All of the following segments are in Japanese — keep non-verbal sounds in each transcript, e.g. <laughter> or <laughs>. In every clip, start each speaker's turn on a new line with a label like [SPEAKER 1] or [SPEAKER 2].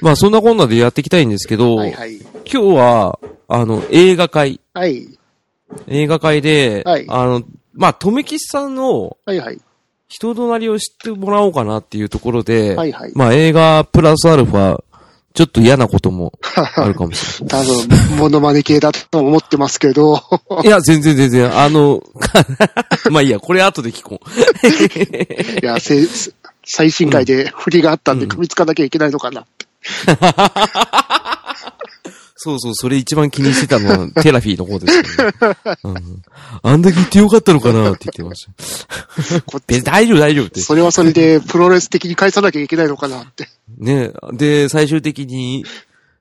[SPEAKER 1] まあそんなこんなでやっていきたいんですけど、
[SPEAKER 2] はいはい。
[SPEAKER 1] 今日は、あの、映画会。
[SPEAKER 2] はい。
[SPEAKER 1] 映画会で、
[SPEAKER 2] はい
[SPEAKER 1] あの、まあ、とめきさんの
[SPEAKER 2] はいはい。
[SPEAKER 1] 人となりを知ってもらおうかなっていうところで、
[SPEAKER 2] はいはい
[SPEAKER 1] まあ、映画プラスアルファ、ちょっと嫌なこともあるかもしれ
[SPEAKER 2] 多分、モノマネ系だと思ってますけ <laughs> ど。
[SPEAKER 1] ない。いや、全然全然、あの、 <laughs> まあいいや、これ後で聞こう。
[SPEAKER 2] いや、せ最新回で振りがあったんで、組みつかなきゃいけないのかな。
[SPEAKER 1] そうそう、それ一番気にしてたのは、テラフィーの方ですけどね、うん。あんだけ言ってよかったのかなって言ってました。
[SPEAKER 2] こっ
[SPEAKER 1] 別に
[SPEAKER 2] ち
[SPEAKER 1] 大丈夫大丈夫って。
[SPEAKER 2] それはそれで、プロレス的に返さなきゃいけないのかなって。
[SPEAKER 1] ね、で、最終的に、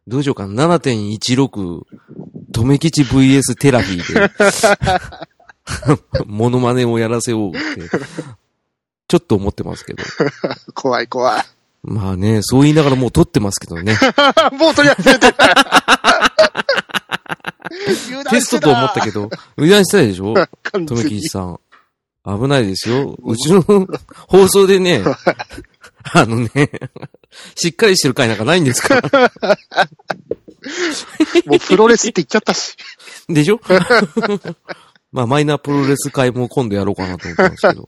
[SPEAKER 1] どうしようかな、7.16、とめきち VS テラフィーで、モノマネをやらせようって、ちょっと思ってますけど。
[SPEAKER 2] 怖い怖い。 <laughs>
[SPEAKER 1] まあね、そう言いながらもう撮ってますけどね。
[SPEAKER 2] もう取り上げてた。
[SPEAKER 1] テストと思ったけど、油断してたでしょ
[SPEAKER 2] ど。完
[SPEAKER 1] とめ
[SPEAKER 2] 全
[SPEAKER 1] き
[SPEAKER 2] に
[SPEAKER 1] ちさん。危ないですよ。うちの放送でね、あのね、しっかりしてる回なんかないんですから。
[SPEAKER 2] もうプロレスって言っちゃった <laughs> し。
[SPEAKER 1] でしょ <laughs> まあ、マイナープロレス会も今度やろうかなと思ってますけど。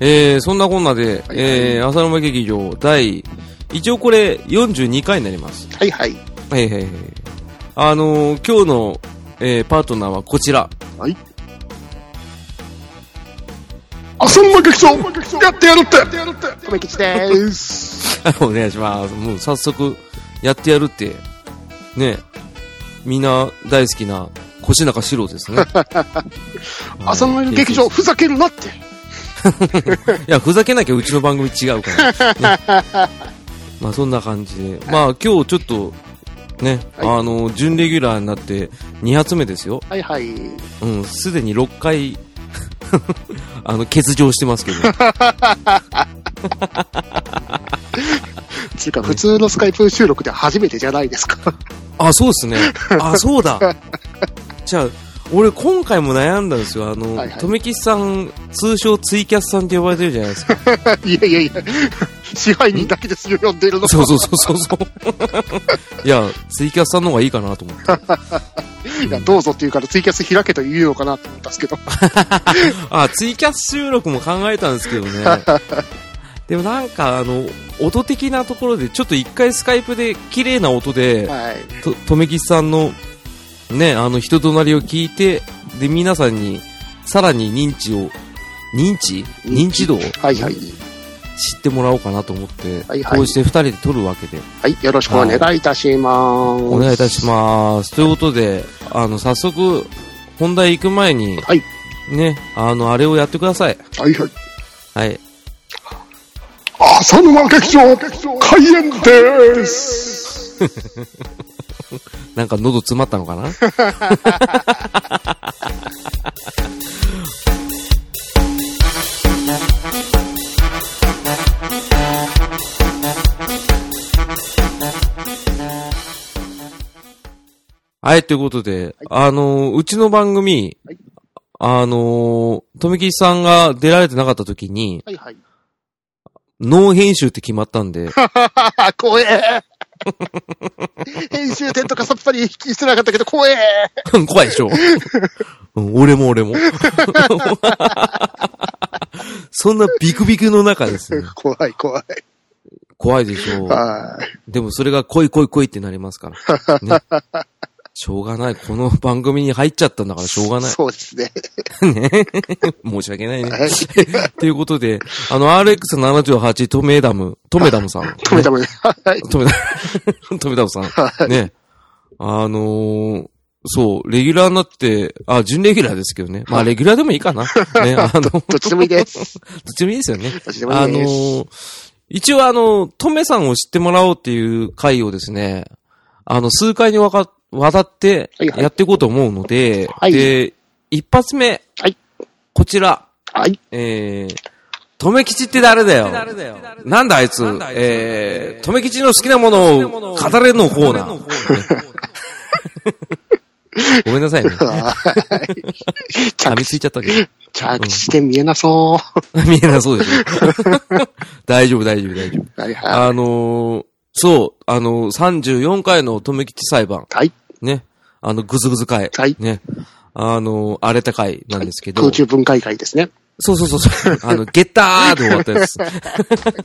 [SPEAKER 1] えー、そんなこんなで、
[SPEAKER 2] はい
[SPEAKER 1] えー、浅沼劇場第、一応これ42回になります。
[SPEAKER 2] はいはい。
[SPEAKER 1] はいはいはい。あのー、今日の、えー、パートナーはこちら。 <laughs>
[SPEAKER 2] はい。あ、そんな劇場やってやるってとめきちでーす。
[SPEAKER 1] お願いします。もう早速、やってやるって、ね、みんな大好きな、腰中四郎です
[SPEAKER 2] <laughs>
[SPEAKER 1] ね。
[SPEAKER 2] あ、そんな劇場ふざけるなって。
[SPEAKER 1] いや、ふざけなきゃうちの番組違う
[SPEAKER 2] <laughs>
[SPEAKER 1] から。ねまあそんな感じで。まあ今日ちょっと、ね、
[SPEAKER 2] は
[SPEAKER 1] あの、準レギュラーになって2発目ですよ。
[SPEAKER 2] はいはい。
[SPEAKER 1] うん、すでに6回、 <laughs> あの、欠場して
[SPEAKER 2] <laughs>
[SPEAKER 1] ますけど。
[SPEAKER 2] つうか、普通のスカイプ収録で初めてじゃないですか。 <laughs>
[SPEAKER 1] あ、そうですね。あ、そうだ。じゃあ、俺今回も悩んだんですよ。あの
[SPEAKER 2] はいは、い
[SPEAKER 1] とめきさん、通称ツイキャスさんって呼ばれてるじゃない
[SPEAKER 2] <laughs>
[SPEAKER 1] ですか。
[SPEAKER 2] いやいやいや、支配人だけですよ、呼んでるの。
[SPEAKER 1] そうそうそうそうそう。 <laughs> いや、ツイキャスさんの方がいいかなと思って。
[SPEAKER 2] いや、どうぞって言うからツイキャス開けと言うのかなと思ったんです
[SPEAKER 1] <laughs>
[SPEAKER 2] けど。
[SPEAKER 1] あ、ツイキャス収録も考えたんですけど
[SPEAKER 2] <laughs>
[SPEAKER 1] ね。でもなんか、あの、音的なところで、ちょっと一回スカイプで綺麗な音で、
[SPEAKER 2] はい。
[SPEAKER 1] と、とめきさんの、ね、あの人となりを聞いて、で、皆さんに、さらに認知を、認知認知度を知
[SPEAKER 2] はいはい。
[SPEAKER 1] ってもらおうかなと思って、
[SPEAKER 2] はいはい
[SPEAKER 1] こうして二人で撮るわけで、
[SPEAKER 2] はい、よろしくお願いいたします。
[SPEAKER 1] お願いいたします。ということで、あの、早速、本題行く前に、
[SPEAKER 2] はい
[SPEAKER 1] ね、あの、あれをやってください。
[SPEAKER 2] す。はいはい。
[SPEAKER 1] はい。
[SPEAKER 2] 浅沼劇場、開演です。
[SPEAKER 1] なんか喉詰まったのかな <laughs> はい、ということで、あのー、うちの番組、
[SPEAKER 2] はい
[SPEAKER 1] あのー、とめきさんが出られてなかった時に、
[SPEAKER 2] はい <laughs> はい。
[SPEAKER 1] ノー編集って決まったんで、
[SPEAKER 2] あ、怖
[SPEAKER 1] <laughs>
[SPEAKER 2] え。編集点とかさっぱり気にしてなかったけど、怖え。
[SPEAKER 1] <laughs> 怖い
[SPEAKER 2] <laughs>
[SPEAKER 1] でしょ、うん俺も俺も。 <laughs> そんなビクビクの中ですね。
[SPEAKER 2] 怖い怖い。
[SPEAKER 1] 怖いでしょ
[SPEAKER 2] はい。
[SPEAKER 1] でもそれが恋恋恋ってなりますから。
[SPEAKER 2] <laughs>
[SPEAKER 1] ね、しょうがない。この番組に入っちゃったんだからしょうがない。
[SPEAKER 2] そうですね。
[SPEAKER 1] 申し訳ない
[SPEAKER 2] は
[SPEAKER 1] ね。
[SPEAKER 2] い。
[SPEAKER 1] <laughs> ということで、あの RX78 トメダム、トメダムさん。
[SPEAKER 2] <laughs> 止めたもんね。はい。
[SPEAKER 1] トメダ <laughs> ム、トメダムさん。
[SPEAKER 2] はい。
[SPEAKER 1] ね。あのーそう、レギュラーになって、あ、準レギュラーですけどね。まあ、レギュ
[SPEAKER 2] <laughs>
[SPEAKER 1] ラーでもいいかな。ね、あの、どっ
[SPEAKER 2] どっちでもいいです。
[SPEAKER 1] ちでもいいですよね。
[SPEAKER 2] どっちでも
[SPEAKER 1] あ
[SPEAKER 2] いい
[SPEAKER 1] の
[SPEAKER 2] です。
[SPEAKER 1] ー一応あの、トメさんを知ってもらおうっていう回をですね、あの、数回にわか、わたって
[SPEAKER 2] はいはい
[SPEAKER 1] やっていこうと思うので、
[SPEAKER 2] はい
[SPEAKER 1] で、一発目、
[SPEAKER 2] はい
[SPEAKER 1] こちら、
[SPEAKER 2] はい。
[SPEAKER 1] えー、とめきちって誰だよなんだあいつえー、とめきちの好きなものを語れのコー <laughs> ナー。ごめんなさいね。噛みついちゃったけど。 <laughs>
[SPEAKER 2] <laughs> 着地して見えなそ
[SPEAKER 1] 見えなそうでしょ。 <laughs> 大丈夫、大丈夫、大丈夫。
[SPEAKER 2] う。はいは
[SPEAKER 1] あのーそう、あのー、34回の留吉裁判、
[SPEAKER 2] い。はい。
[SPEAKER 1] ね。あの、ぐずぐず会。
[SPEAKER 2] はい
[SPEAKER 1] ね。あのー荒れた会なんですけど。
[SPEAKER 2] 空中分解会ですね。
[SPEAKER 1] そうそうそうそう。あの、ゲッターで終わったやつ。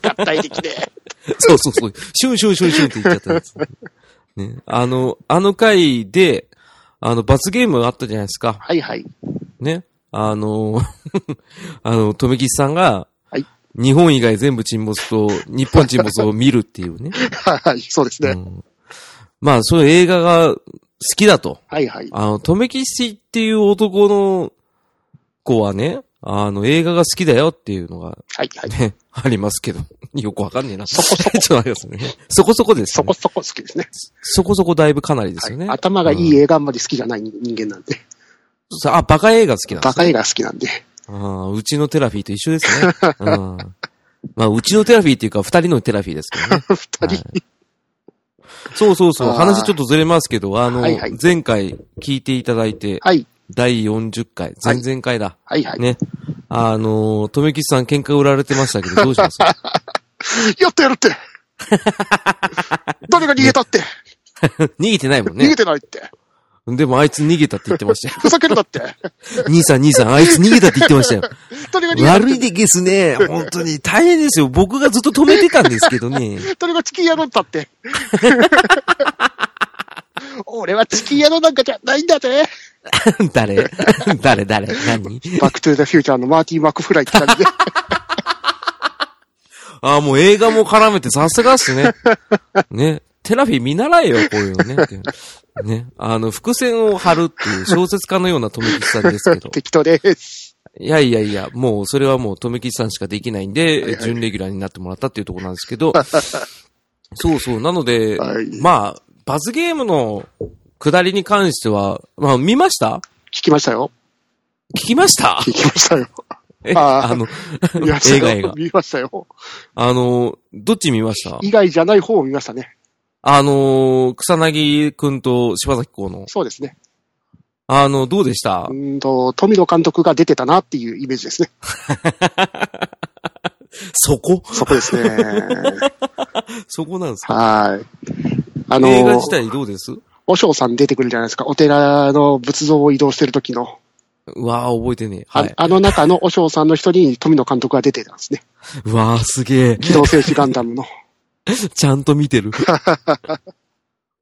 [SPEAKER 2] 合体的で。
[SPEAKER 1] そうそうそう。シュンシュンシュンシュンって言っちゃったやつ。ね。あの、あの回で、あの、罰ゲームがあったじゃないですか。
[SPEAKER 2] <laughs> はい <laughs> はい。
[SPEAKER 1] ね。あのー <laughs> あの、留吉さんが、
[SPEAKER 2] はい
[SPEAKER 1] 日本以外全部沈没と、日本沈没を見るっていう <laughs> ね。
[SPEAKER 2] はい。そうです
[SPEAKER 1] う
[SPEAKER 2] ね。
[SPEAKER 1] んまあ、そういう映画が好きだと。
[SPEAKER 2] はいはい。
[SPEAKER 1] あの、とめきしっていう男の子はね、あの、映画が好きだよっていうのが
[SPEAKER 2] はいはい。
[SPEAKER 1] ね、ありますけど、よくわかんねえな。そこそ <laughs> こ。ちょっとありますね。そこそこです、
[SPEAKER 2] そ
[SPEAKER 1] ね。
[SPEAKER 2] こそこ好きですね。
[SPEAKER 1] そこそこだいぶかなりですよね。
[SPEAKER 2] はい頭がいい映画あんまり好きじゃない人間なんで。
[SPEAKER 1] そうあ、バカ映画好きなんで
[SPEAKER 2] バ
[SPEAKER 1] すね
[SPEAKER 2] カ映画好きなんで。
[SPEAKER 1] あーうちのテラフィーと一緒ですね。うんまあ、うちのテラフィーっていうか、二人のテラフィーですけどね。
[SPEAKER 2] <laughs> 二
[SPEAKER 1] はい
[SPEAKER 2] 人。
[SPEAKER 1] そうそうそう。
[SPEAKER 2] あー
[SPEAKER 1] 話ちょっとずれますけど、あの、
[SPEAKER 2] はいはい
[SPEAKER 1] 前回聞いていただいて、
[SPEAKER 2] はい。
[SPEAKER 1] 第40回、
[SPEAKER 2] は
[SPEAKER 1] 前
[SPEAKER 2] い
[SPEAKER 1] 々回だ。
[SPEAKER 2] はいはい。
[SPEAKER 1] ね。あのー、とめきちさん喧嘩売られてましたけど、どうし
[SPEAKER 2] <laughs>
[SPEAKER 1] ます
[SPEAKER 2] やったや
[SPEAKER 1] <laughs>
[SPEAKER 2] るって誰が逃げたって、
[SPEAKER 1] 逃げてないもん
[SPEAKER 2] 逃げ
[SPEAKER 1] ね。
[SPEAKER 2] てないって
[SPEAKER 1] でもあいつ逃げたって言ってましたよ。
[SPEAKER 2] ふざけるなって
[SPEAKER 1] 兄さん、兄さん、あいつ逃げたって言ってましたよ。
[SPEAKER 2] 誰が逃げたっ
[SPEAKER 1] 悪いでゲス
[SPEAKER 2] <laughs>
[SPEAKER 1] ね。本当に大変ですよ。僕がずっと止めてたんですけど
[SPEAKER 2] <laughs>
[SPEAKER 1] ね。
[SPEAKER 2] て誰がチキン野郎だって <laughs> 俺はチキン野郎なんかじゃないんだぜ <laughs>
[SPEAKER 1] 誰誰誰何
[SPEAKER 2] バックトゥーザフューチャーのマーティー・マクフライって感じで。
[SPEAKER 1] <laughs> ああ、もう映画も絡めてさすがっすね。ね。テラフィー見習えよ、こういうのね。っていうね。あの、伏線を張るっていう小説家のようなとめきちさんです
[SPEAKER 2] <laughs>
[SPEAKER 1] けど。
[SPEAKER 2] 適当です。
[SPEAKER 1] いやいやいや、もうそれはもう、とめきちさんしかできないんで、
[SPEAKER 2] はいはい
[SPEAKER 1] 準レギュラーになってもらったっていうところなんですけ
[SPEAKER 2] <laughs>
[SPEAKER 1] ど、そうそう、なので、
[SPEAKER 2] はい
[SPEAKER 1] まあ、罰ゲームの下りに関しては、まあ、見ました
[SPEAKER 2] 聞きましたよ。
[SPEAKER 1] 聞きました
[SPEAKER 2] 聞きましたよ。
[SPEAKER 1] え
[SPEAKER 2] あ
[SPEAKER 1] <laughs>
[SPEAKER 2] ー
[SPEAKER 1] あの、
[SPEAKER 2] 見ました
[SPEAKER 1] 映画映
[SPEAKER 2] よ
[SPEAKER 1] 画。
[SPEAKER 2] 見ましたよ。
[SPEAKER 1] あの、どっち見ました
[SPEAKER 2] 以外じゃない方を見ましたね。
[SPEAKER 1] あの、草薙くんと柴崎公の。
[SPEAKER 2] そうですね。
[SPEAKER 1] あの、どうでした
[SPEAKER 2] うーんと、富野監督が出てたなっていうイメージですね。
[SPEAKER 1] そこ
[SPEAKER 2] そこですね。
[SPEAKER 1] そこなんですか
[SPEAKER 2] <laughs> はい。あのー
[SPEAKER 1] 映画自体どうです
[SPEAKER 2] 和尚さん出てくるじゃないですか。お寺の仏像を移動してる時の。
[SPEAKER 1] うわあ覚えてねえ。
[SPEAKER 2] あ
[SPEAKER 1] はい。
[SPEAKER 2] あの中の和尚さんの一人に富野監督が出てたんです
[SPEAKER 1] <laughs>
[SPEAKER 2] ね。
[SPEAKER 1] うわあすげえ。
[SPEAKER 2] 機動戦士ガンダムの。
[SPEAKER 1] ちゃんと見て
[SPEAKER 2] <laughs>
[SPEAKER 1] る。あ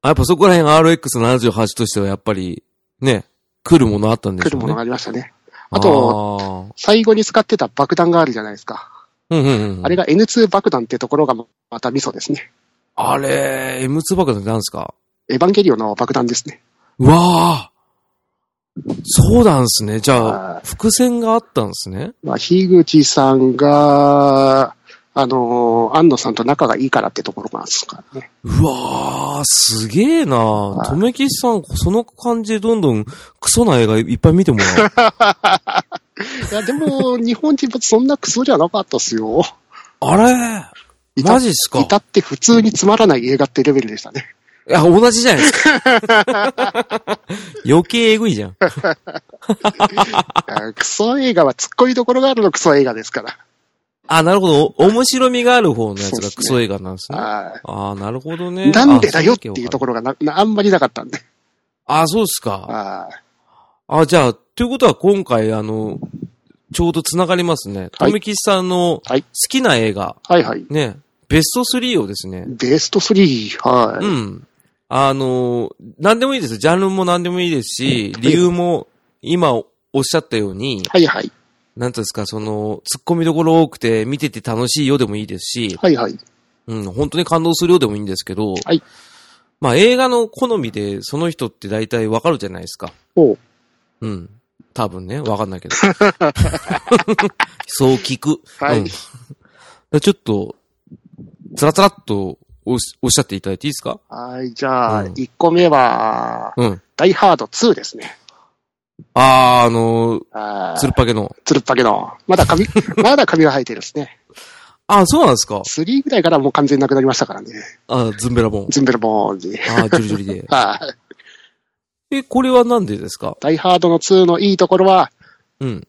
[SPEAKER 1] やっぱそこら辺 RX78 としてはやっぱり、ね、来るものあったんで
[SPEAKER 2] 来
[SPEAKER 1] し
[SPEAKER 2] る
[SPEAKER 1] ょうね。
[SPEAKER 2] ものがありましたね。あと、最後に使ってた爆弾があるじゃないですか。
[SPEAKER 1] あー、うんうんうん。
[SPEAKER 2] あれが N2 爆弾ってところがまたミソですね。
[SPEAKER 1] あれ、M2 爆弾って何すか
[SPEAKER 2] エヴァンゲリオンの爆弾ですね。
[SPEAKER 1] うわあそうなんすね。じゃ
[SPEAKER 2] は
[SPEAKER 1] あ、伏線があったんですね。
[SPEAKER 2] まあ、樋口さんが、あのー、安野さんと仲がいいからってところなんですかね。
[SPEAKER 1] うわあすげえなー
[SPEAKER 2] はい
[SPEAKER 1] とめきさん、その感じでどんどんクソな映画いっぱい見てもら
[SPEAKER 2] <laughs>
[SPEAKER 1] う。
[SPEAKER 2] いや、でも、日本人物そんなクソじゃなかったっすよ。
[SPEAKER 1] あれ
[SPEAKER 2] いた
[SPEAKER 1] マジっすか
[SPEAKER 2] 至って普通につまらない映画ってレベルでしたね。
[SPEAKER 1] いや、同じじゃないですか。 <laughs> 余計エグいじゃん。
[SPEAKER 2] あクソ映画は突っ込みどころがあるのクソ映画ですから。
[SPEAKER 1] あ、なるほど。面白みがある方のやつ
[SPEAKER 2] そう
[SPEAKER 1] が
[SPEAKER 2] っす
[SPEAKER 1] ク
[SPEAKER 2] ね
[SPEAKER 1] ソ映画なんですね。
[SPEAKER 2] は
[SPEAKER 1] ああ、なるほど
[SPEAKER 2] い
[SPEAKER 1] ね。
[SPEAKER 2] なんでだよっていうと
[SPEAKER 1] こ。
[SPEAKER 2] ころがななあんまりなかったんで。
[SPEAKER 1] あ、そうですか。
[SPEAKER 2] はい
[SPEAKER 1] あ、じゃあ、ということは今回、あの、ちょうど繋がりますね。
[SPEAKER 2] はい
[SPEAKER 1] とめきさんの
[SPEAKER 2] は
[SPEAKER 1] 好
[SPEAKER 2] い
[SPEAKER 1] きな映画、
[SPEAKER 2] はいはい。
[SPEAKER 1] ね、ベスト3をですね、
[SPEAKER 2] ベスト3、はい。
[SPEAKER 1] うん。あの、何でもいいです。ジャンルも何でもいいですし、理由も今おっしゃったように、
[SPEAKER 2] はいはい。
[SPEAKER 1] なんていうんですか、その、突っ込みどころ多くて見てて楽しいよでもいいですし、
[SPEAKER 2] はいはい。
[SPEAKER 1] うん、本当に感動するよでもいいんですけど、
[SPEAKER 2] はい
[SPEAKER 1] まあ映画の好みでその人って大体わかるじゃないですか。
[SPEAKER 2] おう
[SPEAKER 1] うん。多分ね、わかんないけど。 <laughs> そう聞く。
[SPEAKER 2] はい
[SPEAKER 1] うんだからちょっと、つらつらっとおしおっしゃっていただいていいですか
[SPEAKER 2] はい、じゃあ、
[SPEAKER 1] うん
[SPEAKER 2] 1個目は、
[SPEAKER 1] うん。
[SPEAKER 2] ダイハード2ですね。
[SPEAKER 1] あー、あの
[SPEAKER 2] あ
[SPEAKER 1] ー、
[SPEAKER 2] ー
[SPEAKER 1] つるっぱげの。
[SPEAKER 2] つるっぱげの。まだ髪、まだ髪が生えてるですね。
[SPEAKER 1] あー、そうなんですか
[SPEAKER 2] 3ぐらいからもう完全になくなりましたからね。
[SPEAKER 1] あー、ズンベラボン。
[SPEAKER 2] ズンベルボーンに。。
[SPEAKER 1] あー、ジュリジュリで
[SPEAKER 2] はい。
[SPEAKER 1] え、これはなんでですか
[SPEAKER 2] ダイハードの2のいいところは、
[SPEAKER 1] うん。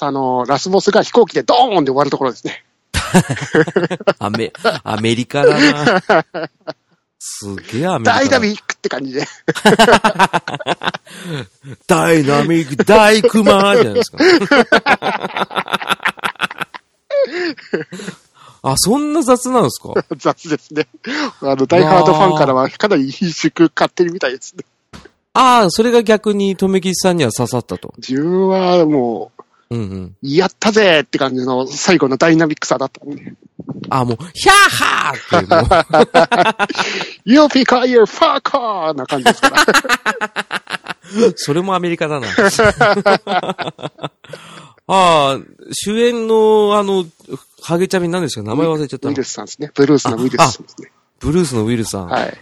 [SPEAKER 2] あの、ラスボスが飛行機でドーンで終わるところですね。
[SPEAKER 1] アメ、アメリカだな。すげえアメリカだ。
[SPEAKER 2] ダイナミックって感じで。 <laughs>
[SPEAKER 1] ダイナミック、大熊じゃない
[SPEAKER 2] <laughs>
[SPEAKER 1] ですか。あ、そんな雑なんですか
[SPEAKER 2] 雑ですね。あの、ダイハードファンからはかなり萎縮買ってるみたいですね。
[SPEAKER 1] ああ、それが逆に、とめきさんには刺さったと。
[SPEAKER 2] 自分はもう、
[SPEAKER 1] うんうん。
[SPEAKER 2] やったぜって感じの最後のダイナミックさだったんで。
[SPEAKER 1] あもう、ヒャーハーっていうもう
[SPEAKER 2] You pick a you fucker! な感じですから。
[SPEAKER 1] それもアメリカ
[SPEAKER 2] <laughs>
[SPEAKER 1] だな。ああ、主演の、あの、ハゲちゃみなんですか名前忘れちゃった
[SPEAKER 2] ウ
[SPEAKER 1] の
[SPEAKER 2] ィルスさんですね。ブルースのウィルスさんですね。
[SPEAKER 1] ブルースのウィルスさん。
[SPEAKER 2] はい。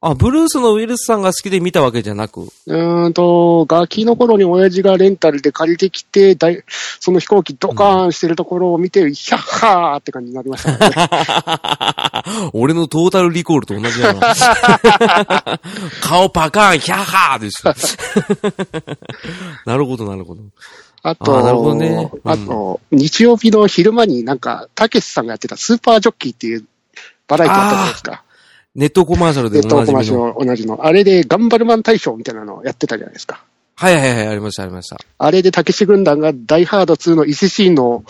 [SPEAKER 1] あ、ブルースのウィルスさんが好きで見たわけじゃなく。
[SPEAKER 2] うーんと、ガキの頃に親父がレンタルで借りてきて、だいその飛行機ドカーンしてるところを見て、ヒャッハーって感じになりましたからね。
[SPEAKER 1] <laughs> 俺のトータルリコールと同じだ
[SPEAKER 2] <laughs>
[SPEAKER 1] な。顔パカーン、ヒャーハーです。なるほど、なるほど。
[SPEAKER 2] あ
[SPEAKER 1] あーなるほ
[SPEAKER 2] と、
[SPEAKER 1] どねうん
[SPEAKER 2] あと、日曜日の昼間になんか、たけしさんがやってたスーパージョッキーっていうバラエティーあったじゃないですか。
[SPEAKER 1] ネットコマーシャル
[SPEAKER 2] ネ
[SPEAKER 1] で
[SPEAKER 2] ット
[SPEAKER 1] 同じ
[SPEAKER 2] コマー
[SPEAKER 1] み
[SPEAKER 2] シャル
[SPEAKER 1] の。
[SPEAKER 2] の同じの。あれで、ガンバルマン大賞みたいなのをやってたじゃないですか。
[SPEAKER 1] はいはいはい、ありました、ありました。
[SPEAKER 2] あれで、たけし軍団がダイハード2の伊勢シーンの、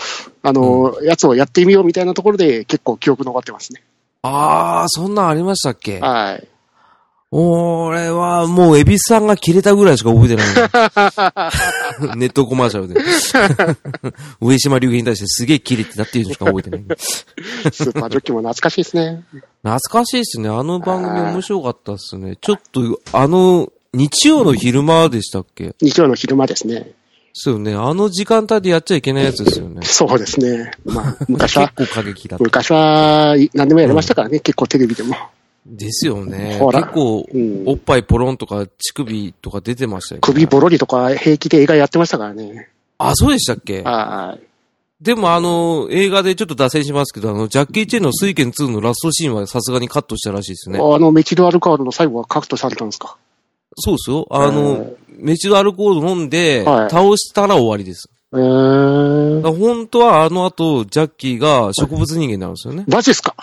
[SPEAKER 2] あの、やつをやってみようみたいなところで、結構記憶残ってますね。
[SPEAKER 1] あー、そんなんありましたっけ
[SPEAKER 2] はい。
[SPEAKER 1] 俺はもうエビスさんが切れたぐらいしか覚えてない。
[SPEAKER 2] <laughs>
[SPEAKER 1] ネットコマーシャルで。上島竜兵に対してすげえ切れてたっていうのしか覚えてない。
[SPEAKER 2] スーパージョッキーも懐かしいですね。
[SPEAKER 1] 懐かしいっすね。あの番組面白かったっすね。ちょっと、あの、日曜の昼間でしたっけ
[SPEAKER 2] 日曜の昼間ですね。
[SPEAKER 1] そうよね。あの時間帯でやっちゃいけないやつですよ
[SPEAKER 2] <laughs>
[SPEAKER 1] ね。
[SPEAKER 2] そうですね。ま
[SPEAKER 1] <laughs>
[SPEAKER 2] あ、昔
[SPEAKER 1] 結
[SPEAKER 2] は、
[SPEAKER 1] 構過激だった。
[SPEAKER 2] 昔は何でもやりましたからね、結構テレビでも。
[SPEAKER 1] ですよね。
[SPEAKER 2] ほら
[SPEAKER 1] 結構
[SPEAKER 2] う、ん
[SPEAKER 1] おっぱいポロンとか乳首とか出てましたよね。
[SPEAKER 2] 首ボロリとか平気で映画やってましたからね。
[SPEAKER 1] あ、そうでしたっけ
[SPEAKER 2] はい。
[SPEAKER 1] でもあの、映画でちょっと脱線しますけど、あの、ジャッキー・チェンの水剣2のラストシーンはさすがにカットしたらしいですね。
[SPEAKER 2] あの、メチルアルカールの最後はカットされたんですか
[SPEAKER 1] そうですよ。あの、メチルアルコール飲んで、
[SPEAKER 2] はい
[SPEAKER 1] 倒したら終わりです。
[SPEAKER 2] えー
[SPEAKER 1] だか。ら本当はあの後、ジャッキーが植物人間になるんですよね。
[SPEAKER 2] マジですか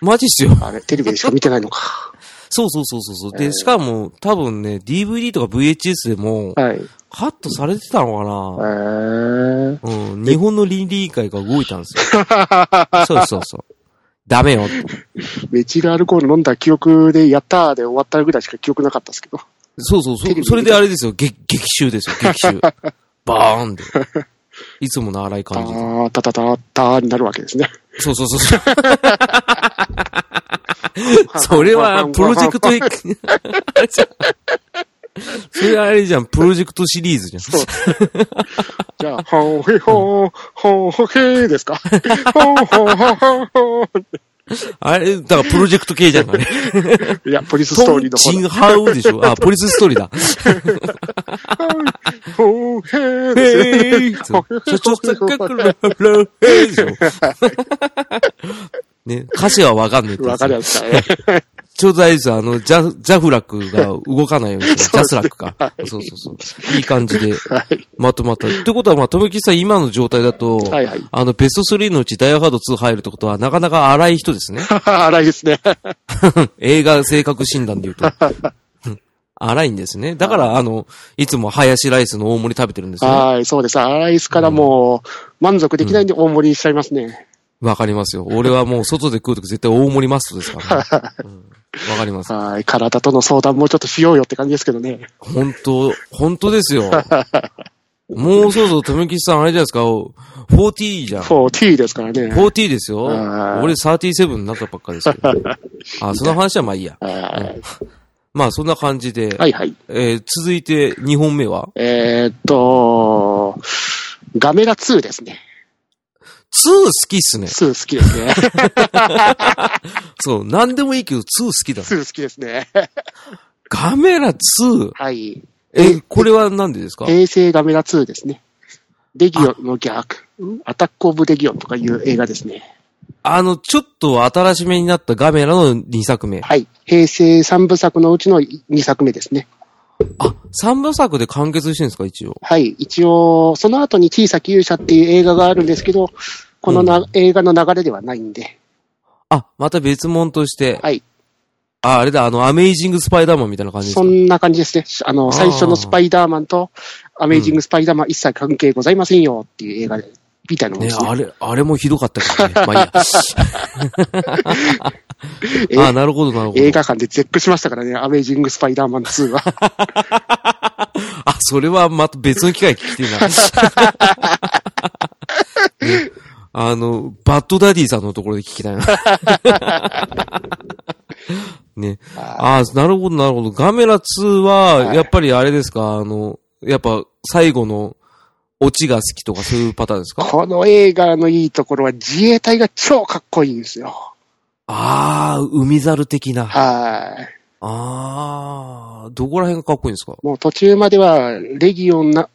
[SPEAKER 1] マジっすよ。
[SPEAKER 2] あれ、テレビでしか見てないの
[SPEAKER 1] <laughs>
[SPEAKER 2] か。
[SPEAKER 1] そうそうそうそうそう。
[SPEAKER 2] え
[SPEAKER 1] で、
[SPEAKER 2] ー
[SPEAKER 1] しかも、多分ね、DVD とか VHS でも、
[SPEAKER 2] はい。え
[SPEAKER 1] カットされてたのか
[SPEAKER 2] ー。
[SPEAKER 1] な、うん、日本の倫理委員会が動いたん
[SPEAKER 2] <laughs>
[SPEAKER 1] ですよ。そうそうそう。ダメよ。
[SPEAKER 2] メチルアルコール飲んだ記憶で、やったーで終わったぐらいしか記憶なかったですけど。
[SPEAKER 1] そうそうそ
[SPEAKER 2] テレビ見
[SPEAKER 1] う。
[SPEAKER 2] た
[SPEAKER 1] それであれですよ。激、激臭ですよ。激臭。
[SPEAKER 2] <laughs>
[SPEAKER 1] バーンで。いつもの荒い
[SPEAKER 2] た
[SPEAKER 1] 感じで。
[SPEAKER 2] ー、たたたたーになるわけですね。
[SPEAKER 1] そうそうそうそう。 <laughs> それ
[SPEAKER 2] <laughs>
[SPEAKER 1] は、プロジェクト、あれじゃん。それあれじゃん。プロジェクトシリーズじゃん。 <laughs>
[SPEAKER 2] そう。じゃあ、ほんほいほん、ほんほへーですか <laughs> ほんほんほんほんほん。
[SPEAKER 1] あれ、だからプロジェクト系じゃん。あれ
[SPEAKER 2] いや、ポリススト
[SPEAKER 1] ト
[SPEAKER 2] ーリー
[SPEAKER 1] ン
[SPEAKER 2] の
[SPEAKER 1] チ
[SPEAKER 2] 方
[SPEAKER 1] ンハウでしょあ、ポリスストーリーだ。
[SPEAKER 2] だ。ほんへーですね。
[SPEAKER 1] へぇーちょ、ちょ、せっかくララへーでしょね、歌詞はわかんないってや
[SPEAKER 2] わ
[SPEAKER 1] つ
[SPEAKER 2] かりましたね。 <laughs>
[SPEAKER 1] ちょうどあれですよあの、ジャ、ジャフラックが動かないようにして、ジャスラックか。そうそうそう。いい感じで、まとまった。ってことは、まあ、とめきさん今の状態だと、
[SPEAKER 2] はいはい
[SPEAKER 1] あの、ベスト3のうちダイヤハード2入るってことは、なかなか荒い人ですね。
[SPEAKER 2] 荒いですね。
[SPEAKER 1] 映画性格診断で言うと。 <laughs> 荒いんですね。だから、あの、いつもハヤシライスの大盛り食べてるんですよね。
[SPEAKER 2] はい、そうです。アライスからもう、満足できないんで大盛りにしちゃいますね。
[SPEAKER 1] わかりますよ。俺はもう外で食うとき絶対大盛りマストですからね。うんわかります。
[SPEAKER 2] はい、体との相談もうちょっとしようよって感じですけどね。
[SPEAKER 1] 本当、本当ですよ。もうそろそろ、とめきさん、あれじゃないですか、40じゃん。
[SPEAKER 2] 4T ですからね。
[SPEAKER 1] 40ですよ。
[SPEAKER 2] あー
[SPEAKER 1] 俺37になったばっか
[SPEAKER 2] <laughs>
[SPEAKER 1] ですけど、あ、その話はまあいいや。
[SPEAKER 2] はい
[SPEAKER 1] まあそんな感じで、
[SPEAKER 2] はいはい。
[SPEAKER 1] えー続いて2本目は
[SPEAKER 2] えーっと、ガメラ2ですね。
[SPEAKER 1] 2好きっすね。
[SPEAKER 2] 2好きですね。
[SPEAKER 1] そう、なんでもいいけど2好きだ。
[SPEAKER 2] 2好きですね。
[SPEAKER 1] ガメラ 2!
[SPEAKER 2] はい。
[SPEAKER 1] え、これは何でですか
[SPEAKER 2] 平成ガメラ2ですね。デギオンの逆。アタックオブデギオンとかいう映画ですね。
[SPEAKER 1] あの、ちょっと新しめになったガメラの2作目。
[SPEAKER 2] はい。平成3部作のうちの2作目ですね。
[SPEAKER 1] あ、3部作で完結してるんですか、一応。
[SPEAKER 2] はい。一応、その後に小さき勇者っていう映画があるんですけど、このな、映画の流れではないんで。
[SPEAKER 1] あ、また別物として。
[SPEAKER 2] はい。
[SPEAKER 1] あ、あれだ、あの、アメイジングスパイダーマンみたいな感じです
[SPEAKER 2] そ
[SPEAKER 1] か。
[SPEAKER 2] んな感じですね。あの、最初のスパイダーマンと、アメイジングスパイダーマン一切関係ございませんよっていう映画みたいなもん
[SPEAKER 1] ね
[SPEAKER 2] ですね。
[SPEAKER 1] あれ、あれもひどかったからね。まあいい
[SPEAKER 2] <laughs>
[SPEAKER 1] や。あ、 <laughs> なるほど、なるほど
[SPEAKER 2] 映。画館で絶句しましたからね、アメイジングスパイダーマン2は。
[SPEAKER 1] あ、それはまた別の機会聞きてえな。 <laughs> ねあの、バッドダディさんのところで聞きたい <laughs> な。ね。あなるほど、なるほど。ガメラ2は、
[SPEAKER 2] はい
[SPEAKER 1] やっぱりあれですか、あの、やっぱ最後のオチが好きとかそういうパターンですか
[SPEAKER 2] この映画のいいところは自衛隊が超かっこいいんですよ。
[SPEAKER 1] ああ、海猿的な。あ
[SPEAKER 2] は
[SPEAKER 1] あー、どこら辺がかっこいいんですか
[SPEAKER 2] い。もう途中までは、レギオンな、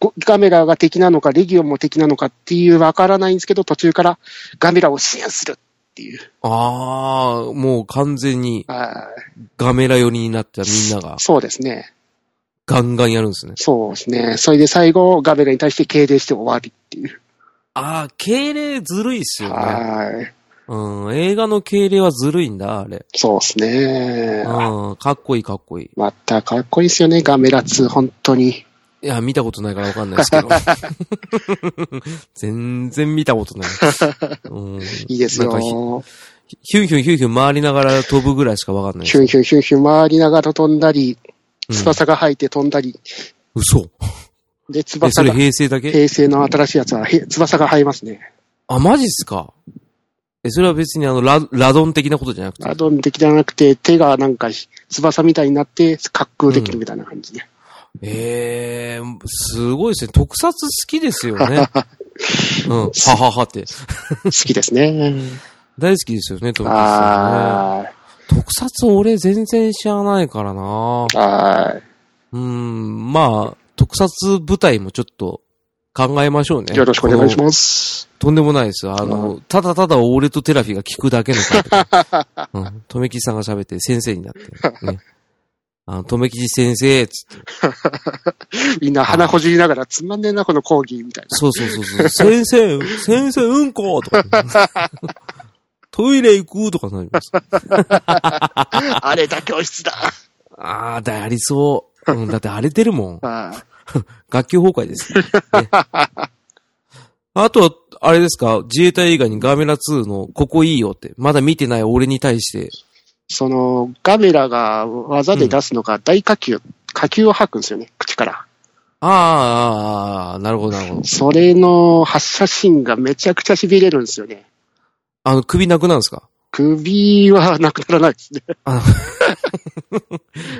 [SPEAKER 2] ごガメラが敵なのか、レギオンも敵なのかっていうわからないんですけど、途中からガメラを支援するっていう。
[SPEAKER 1] ああ、もう完全に
[SPEAKER 2] は
[SPEAKER 1] ガメラ寄りになったみんないが
[SPEAKER 2] そうですね。
[SPEAKER 1] ガンガンやるんですね。
[SPEAKER 2] そうですね。それで最後、ガメラに対して敬礼して終わりっていう。
[SPEAKER 1] ああ、敬礼ずるいっすよね。
[SPEAKER 2] はい。
[SPEAKER 1] うん、映画の敬礼はずるいんだ、あれ。
[SPEAKER 2] そうですね。
[SPEAKER 1] うん、かっこいいかっこいい。
[SPEAKER 2] またかっこいいですよね、ガメラ2、本当に。
[SPEAKER 1] いや、見たことないからわかんないです
[SPEAKER 2] <laughs>
[SPEAKER 1] けど。全然見たことない。うん、
[SPEAKER 2] いいです
[SPEAKER 1] な
[SPEAKER 2] よ
[SPEAKER 1] ん。かひヒュンヒュンヒュンヒュン回りながら飛ぶぐらいしかわかんないです
[SPEAKER 2] ヒュンヒュンヒュンヒュン回りながら飛んだり、
[SPEAKER 1] うん
[SPEAKER 2] 翼が生えて飛んだり、
[SPEAKER 1] 嘘。
[SPEAKER 2] で、
[SPEAKER 1] え、そ
[SPEAKER 2] 翼
[SPEAKER 1] れ
[SPEAKER 2] が、
[SPEAKER 1] 平成だけ
[SPEAKER 2] 平成の新しいやつは、へ翼が生えますね。
[SPEAKER 1] あ、マジっすかえ、それは別にあの、ラ、ラドン的なことじゃな
[SPEAKER 2] <laughs>
[SPEAKER 1] くて。
[SPEAKER 2] アドン的じゃなくて、手がなんかひ翼みたいになって、滑空できるみたいな感じで。
[SPEAKER 1] ええー、すごいですね。特撮好きです
[SPEAKER 2] <laughs>
[SPEAKER 1] よね。うん、はははって。
[SPEAKER 2] 好きで
[SPEAKER 1] <laughs>
[SPEAKER 2] すね。
[SPEAKER 1] 大好きですよね、特撮、ね。
[SPEAKER 2] あ
[SPEAKER 1] 特撮俺全然知らないからな
[SPEAKER 2] ーあ
[SPEAKER 1] うん、まあ、特撮舞台もちょっと考えましょうね。
[SPEAKER 2] ー、よろしくお願いし
[SPEAKER 1] す。
[SPEAKER 2] ます。
[SPEAKER 1] とんでもないです。あの、ただただ俺とテラフィが聞くだけの回と
[SPEAKER 2] <laughs>
[SPEAKER 1] うん。とめきちさんが喋って先生になって、ね。あの、とめきち先生、つって。
[SPEAKER 2] みんな鼻ほじりながら、つまんねえな、この講義みたいな。
[SPEAKER 1] そうそうそう
[SPEAKER 2] <laughs>
[SPEAKER 1] そう。先生、先生、うんことか。トイレ行くとかなります。 <laughs>
[SPEAKER 2] あれだ、教室だ。
[SPEAKER 1] ああ、だ、ありそう。うん、だって荒れてるもん。
[SPEAKER 2] あ
[SPEAKER 1] 学級崩壊です、ね。あとは、あれですか、自衛隊以外にガメラ2のここいいよって、まだ見てない俺に対して、
[SPEAKER 2] その、ガメラが技で出すのが大火球、火球を吐くんですよね、口から。
[SPEAKER 1] ああああ、ああ、なるほど、なるほど。
[SPEAKER 2] それの発射シーンがめちゃくちゃ痺れるんですよね。
[SPEAKER 1] あの、首なくなるんですか
[SPEAKER 2] 首はなくならないですね。 <laughs>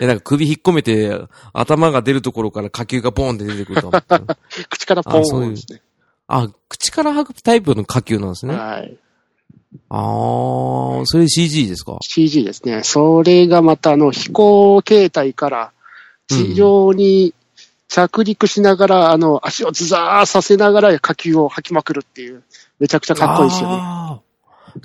[SPEAKER 1] え、なんか首引っ込めて、頭が出るところから火球がボーンって出てくると思った。
[SPEAKER 2] 口からポ
[SPEAKER 1] あそうい
[SPEAKER 2] ー
[SPEAKER 1] う
[SPEAKER 2] ンですね。
[SPEAKER 1] あ、口から吐くタイプの火球なんですね。あ
[SPEAKER 2] はい。
[SPEAKER 1] あー、それ CG ですか
[SPEAKER 2] CG ですね。それがまたあの飛行形態から地上に着陸しながら、あの足をズザーさせながら火球を吐きまくるっていう、めちゃくちゃかっこいいですよね。
[SPEAKER 1] あー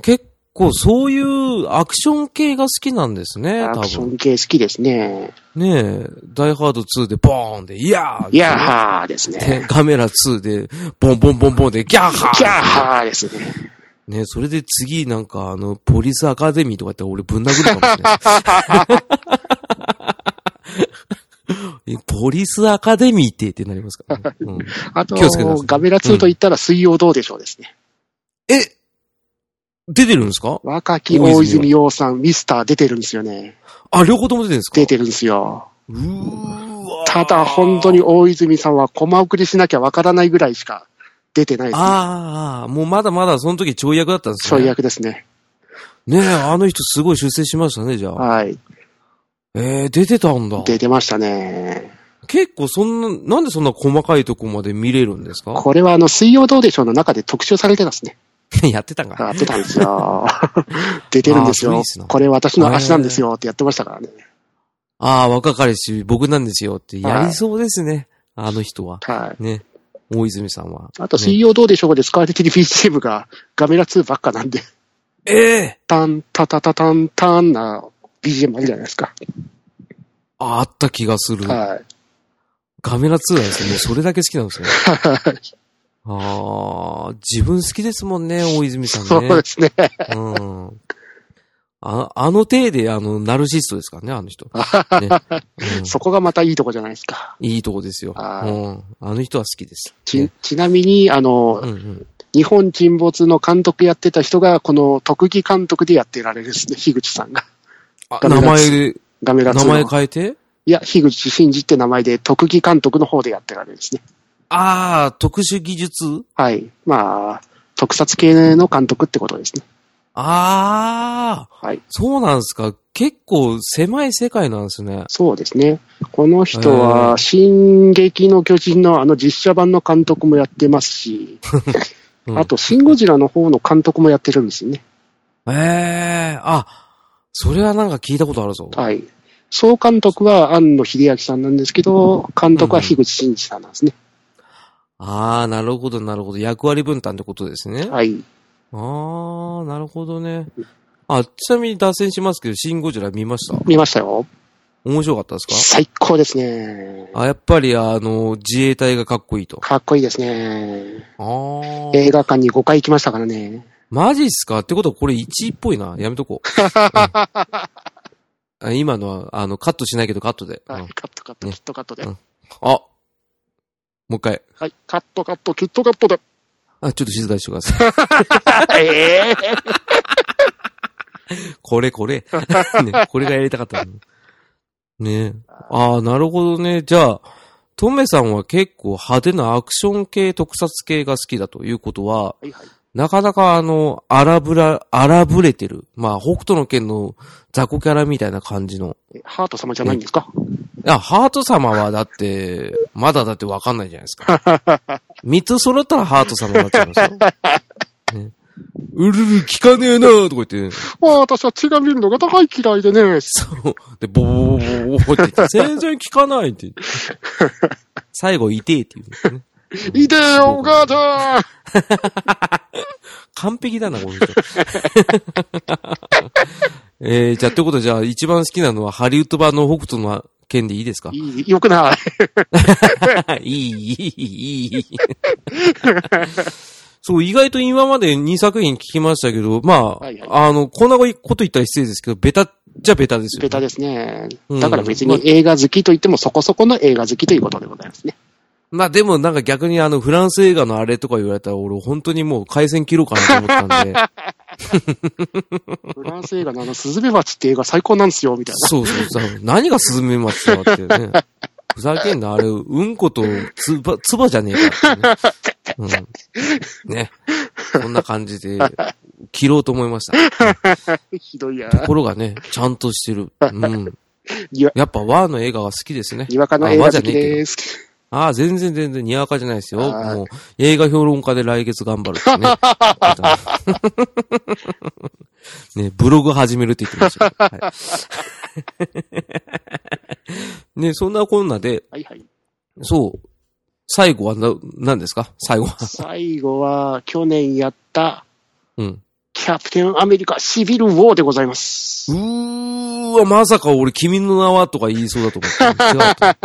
[SPEAKER 1] 結構そういうアクション系が好きなんですね、
[SPEAKER 2] ア
[SPEAKER 1] 多
[SPEAKER 2] クショ
[SPEAKER 1] 分。
[SPEAKER 2] ン系好きですね。
[SPEAKER 1] ねえ、ダイハード2でボーンで、いやー
[SPEAKER 2] いやーはーですね。
[SPEAKER 1] でカメラ2で、ボンボンボンボンで、ギャーハー
[SPEAKER 2] キャーハーですね。
[SPEAKER 1] ね、それで次なんかあの、ポリスアカデミーとかやって俺ぶん殴るかもしれな
[SPEAKER 2] <laughs>
[SPEAKER 1] い。ポリスアカデミーってってなりますから、ねうん
[SPEAKER 2] あと
[SPEAKER 1] 気をつけてください、
[SPEAKER 2] ガメラ2と言ったら水曜どうでしょうですね。
[SPEAKER 1] え出てるんですか
[SPEAKER 2] 若き大泉洋さん、ミスター出てるんですよね。
[SPEAKER 1] あ、両方とも出てるんですか
[SPEAKER 2] 出てるんですよ。
[SPEAKER 1] うーわー
[SPEAKER 2] ただ本当に大泉さんはコマ送りしなきゃわからないぐらいしか出てないです、ね。
[SPEAKER 1] ああ、もうまだまだその時ちょい役だったんです
[SPEAKER 2] そう
[SPEAKER 1] ね。
[SPEAKER 2] いう役ですね。
[SPEAKER 1] ねえ、あの人すごい出世しましたね、じゃあ。
[SPEAKER 2] はい。
[SPEAKER 1] えー、出てたんだ。
[SPEAKER 2] 出てましたね。
[SPEAKER 1] 結構そんな、なんでそんな細かいとこまで見れるんですか
[SPEAKER 2] これはあの、水曜どうでしょうの中で特集されてたんですね。
[SPEAKER 1] <laughs> やってたんか。
[SPEAKER 2] やってたんですよ。 <laughs> 出てるんです
[SPEAKER 1] あーそういい
[SPEAKER 2] よ
[SPEAKER 1] っすな。
[SPEAKER 2] これ私の足なんですよってやってましたからね。
[SPEAKER 1] ああ、若かりし、僕なんですよって、やりそうですね。あの人は。
[SPEAKER 2] はい。
[SPEAKER 1] ね。大泉さんは。
[SPEAKER 2] あと、
[SPEAKER 1] ね
[SPEAKER 2] 水曜どうでしょうで使われてる <laughs> BGM がガメラ2ばっかなんで、
[SPEAKER 1] ええ
[SPEAKER 2] タンタタタタンタンな BGM あるじゃないですか。
[SPEAKER 1] ああった気がする。
[SPEAKER 2] はい。
[SPEAKER 1] ガメラ2なん
[SPEAKER 2] <laughs>
[SPEAKER 1] ですよ。もうそれだけ好きなんですよ。ああ、自分好きですもんね、大泉さんね。
[SPEAKER 2] そうですね。
[SPEAKER 1] うん。ああの体で、あの、ナルシストですからね、あの人。ね
[SPEAKER 2] <laughs>
[SPEAKER 1] うん
[SPEAKER 2] そこがまたいいとこじゃないですか。
[SPEAKER 1] いいとこですよ。
[SPEAKER 2] はい
[SPEAKER 1] うん。あの人は好きです。
[SPEAKER 2] ち
[SPEAKER 1] ね、
[SPEAKER 2] ちなみに、あの、
[SPEAKER 1] うんうん。
[SPEAKER 2] 日本沈没の監督やってた人が、この特技監督でやってられるですね、樋口さんが。
[SPEAKER 1] あ
[SPEAKER 2] ガメ
[SPEAKER 1] 名
[SPEAKER 2] ラ
[SPEAKER 1] 前、
[SPEAKER 2] ガメラ2
[SPEAKER 1] 名
[SPEAKER 2] の。
[SPEAKER 1] 前変えて
[SPEAKER 2] いや、樋口真嗣って名前で、特技監督の方でやってられるですね。
[SPEAKER 1] ああ、特殊技術
[SPEAKER 2] はい。まあ、特撮系の監督ってことですね。
[SPEAKER 1] ああ、
[SPEAKER 2] はい。
[SPEAKER 1] そうなんですか。結構狭い世界なんですね。
[SPEAKER 2] そうですね。この人
[SPEAKER 1] え
[SPEAKER 2] は
[SPEAKER 1] ー、
[SPEAKER 2] 進撃の巨人のあの実写版の監督もやってますし、
[SPEAKER 1] うん
[SPEAKER 2] あと、シン・ゴジラの方の監督もやってるんですよね。
[SPEAKER 1] ええあ、それはなんか聞いたことあるぞ。
[SPEAKER 2] はい。総監督は庵野秀明さんなんですけど、監督は樋口真嗣さんなんですね。
[SPEAKER 1] ああ、なるほど、なるほど。役割分担ってことですね。
[SPEAKER 2] はい。
[SPEAKER 1] ああ、なるほどね。あ、ちなみに脱線しますけど、シン・ゴジラ見ました
[SPEAKER 2] 見ましたよ。
[SPEAKER 1] 面白かったですか
[SPEAKER 2] 最高ですね。
[SPEAKER 1] あ、やっぱりあの、自衛隊がかっこいいと。
[SPEAKER 2] かっこいいですね。
[SPEAKER 1] ああ。
[SPEAKER 2] 映画館に5回行きましたからね。
[SPEAKER 1] マジっすかってことはこれ1位っぽいな。やめとこ
[SPEAKER 2] <laughs>
[SPEAKER 1] う。うんあ今のは、あの、カットしないけどカットで。うん
[SPEAKER 2] はい、カットカット、
[SPEAKER 1] ね
[SPEAKER 2] キットカットで。
[SPEAKER 1] うんあもう一回。
[SPEAKER 2] はい、カットカット、キットカットで。
[SPEAKER 1] あ、ちょっと静かにしてくだ
[SPEAKER 2] <laughs>
[SPEAKER 1] さい。
[SPEAKER 2] ええ
[SPEAKER 1] これこれ。 <laughs> ね、これがやりたかったの。ねああ、なるほどね。じゃあ、トメさんは結構派手なアクション系、特撮系が好きだということは、
[SPEAKER 2] はいはい。
[SPEAKER 1] なかなかあの、荒ぶら、荒ぶれてる。まあ、北斗の剣の雑魚キャラみたいな感じの。
[SPEAKER 2] えハート様じゃないんですか
[SPEAKER 1] いや、ハート様はだって、まだだってわかんないじゃないですか。
[SPEAKER 2] <laughs>
[SPEAKER 1] 三つ揃ったらハート様になっちゃいますよ。ね、うるる、聞かねえなとか言って、
[SPEAKER 2] 私は血が見るのが高い嫌いでね。
[SPEAKER 1] そう。で、ボボボボボボボって言って、全然聞かないって言って。最後、痛えって言うんですね。
[SPEAKER 2] いでよ、お母ちゃん
[SPEAKER 1] 完璧だな、この人。 <laughs> えー、じゃあ、ということで、じゃあ、一番好きなのは、ハリウッド版の北斗の剣でいいですかい
[SPEAKER 2] いい、よくない。
[SPEAKER 1] <laughs> い、いい、いい。そう、意外と今まで2作品聞きましたけど、まあ、
[SPEAKER 2] はいはい
[SPEAKER 1] あの、こんなこと言ったら失礼ですけど、ベタっちゃベタですよ、ね。
[SPEAKER 2] ベタですね
[SPEAKER 1] う。ん
[SPEAKER 2] だから別に映画好きといってもそこそこの映画好きということでございますね。
[SPEAKER 1] まあでもなんか逆にあのフランス映画のあれとか言われたら俺本当にもう回線切ろうかなと思ったん
[SPEAKER 2] <laughs>
[SPEAKER 1] で。
[SPEAKER 2] フランス映画のあの、スズメバチって映画最高なんですよ、みたい
[SPEAKER 1] そうそうそう。何がスズメマチだってね。ふざけんな、あれ、うんことつば、つばじゃねえかってね。うん。ね。こんな感じで切ろうと思いました。
[SPEAKER 2] な。
[SPEAKER 1] <laughs>
[SPEAKER 2] ひどいや。
[SPEAKER 1] ところが
[SPEAKER 2] <laughs>
[SPEAKER 1] ね、ちゃんとしてる。うん。
[SPEAKER 2] にわ
[SPEAKER 1] やっぱ和の映画が好きですね。
[SPEAKER 2] にわかの
[SPEAKER 1] あ
[SPEAKER 2] 映
[SPEAKER 1] 和
[SPEAKER 2] 画
[SPEAKER 1] じゃ
[SPEAKER 2] 好
[SPEAKER 1] ね
[SPEAKER 2] き
[SPEAKER 1] えけど。
[SPEAKER 2] です。
[SPEAKER 1] ああ、全然全然、にわかじゃないですよ。
[SPEAKER 2] はい
[SPEAKER 1] もう、映画評論家で来月頑張る
[SPEAKER 2] <laughs>
[SPEAKER 1] ってね。ね、ブログ始めるって言ってましたけど。はい、 <laughs> ね、そんなこんなで、
[SPEAKER 2] はいはい。
[SPEAKER 1] そう、最後はな、何ですか最後は。
[SPEAKER 2] 最後は、去年やった、
[SPEAKER 1] うん。
[SPEAKER 2] キャプテンアメリカシビルウォーでございます
[SPEAKER 1] う。ーわ、まさか俺、君の名はとか言いそうだと思った。違う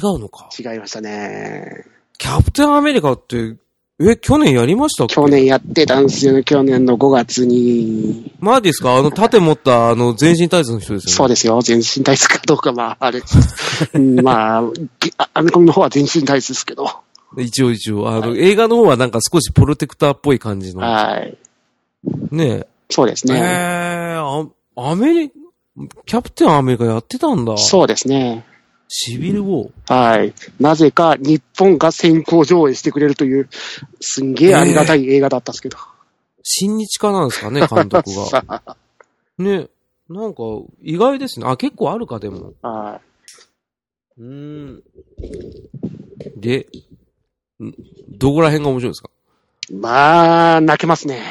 [SPEAKER 1] と思う。違う
[SPEAKER 2] <laughs>
[SPEAKER 1] のか。
[SPEAKER 2] 違いましたね。
[SPEAKER 1] キャプテンアメリカって、え、去年やりましたっけ
[SPEAKER 2] 去年やってたんですよね、去年の5月に。
[SPEAKER 1] マジですかあの、盾持った、あの、全身タイツの人ですよね。
[SPEAKER 2] そうですよ、全身体質かどうか、まあ、
[SPEAKER 1] <laughs>
[SPEAKER 2] あれ、うんまあ、ぎあアメコミの方は全身体質ですけど、
[SPEAKER 1] 一応一応。あの、映画の方はなんか少しプロテクターっぽい感じの。
[SPEAKER 2] はい。
[SPEAKER 1] ね
[SPEAKER 2] そうです
[SPEAKER 1] え。え
[SPEAKER 2] ね。
[SPEAKER 1] ー、あアメリ、キャプテンアメリカやってたんだ。
[SPEAKER 2] そうですね。
[SPEAKER 1] シビルウォー。
[SPEAKER 2] はい。なぜか日本が先行上映してくれるという、すんげえありがたい映画だったんですけど。
[SPEAKER 1] 新日家なんですかね、監督が。
[SPEAKER 2] さ <laughs> あ
[SPEAKER 1] ねなんか、意外ですね。あ、結構あるか、でも。
[SPEAKER 2] はい
[SPEAKER 1] うーん。で、んどこら辺が面白いんですか
[SPEAKER 2] まあ、泣けますね。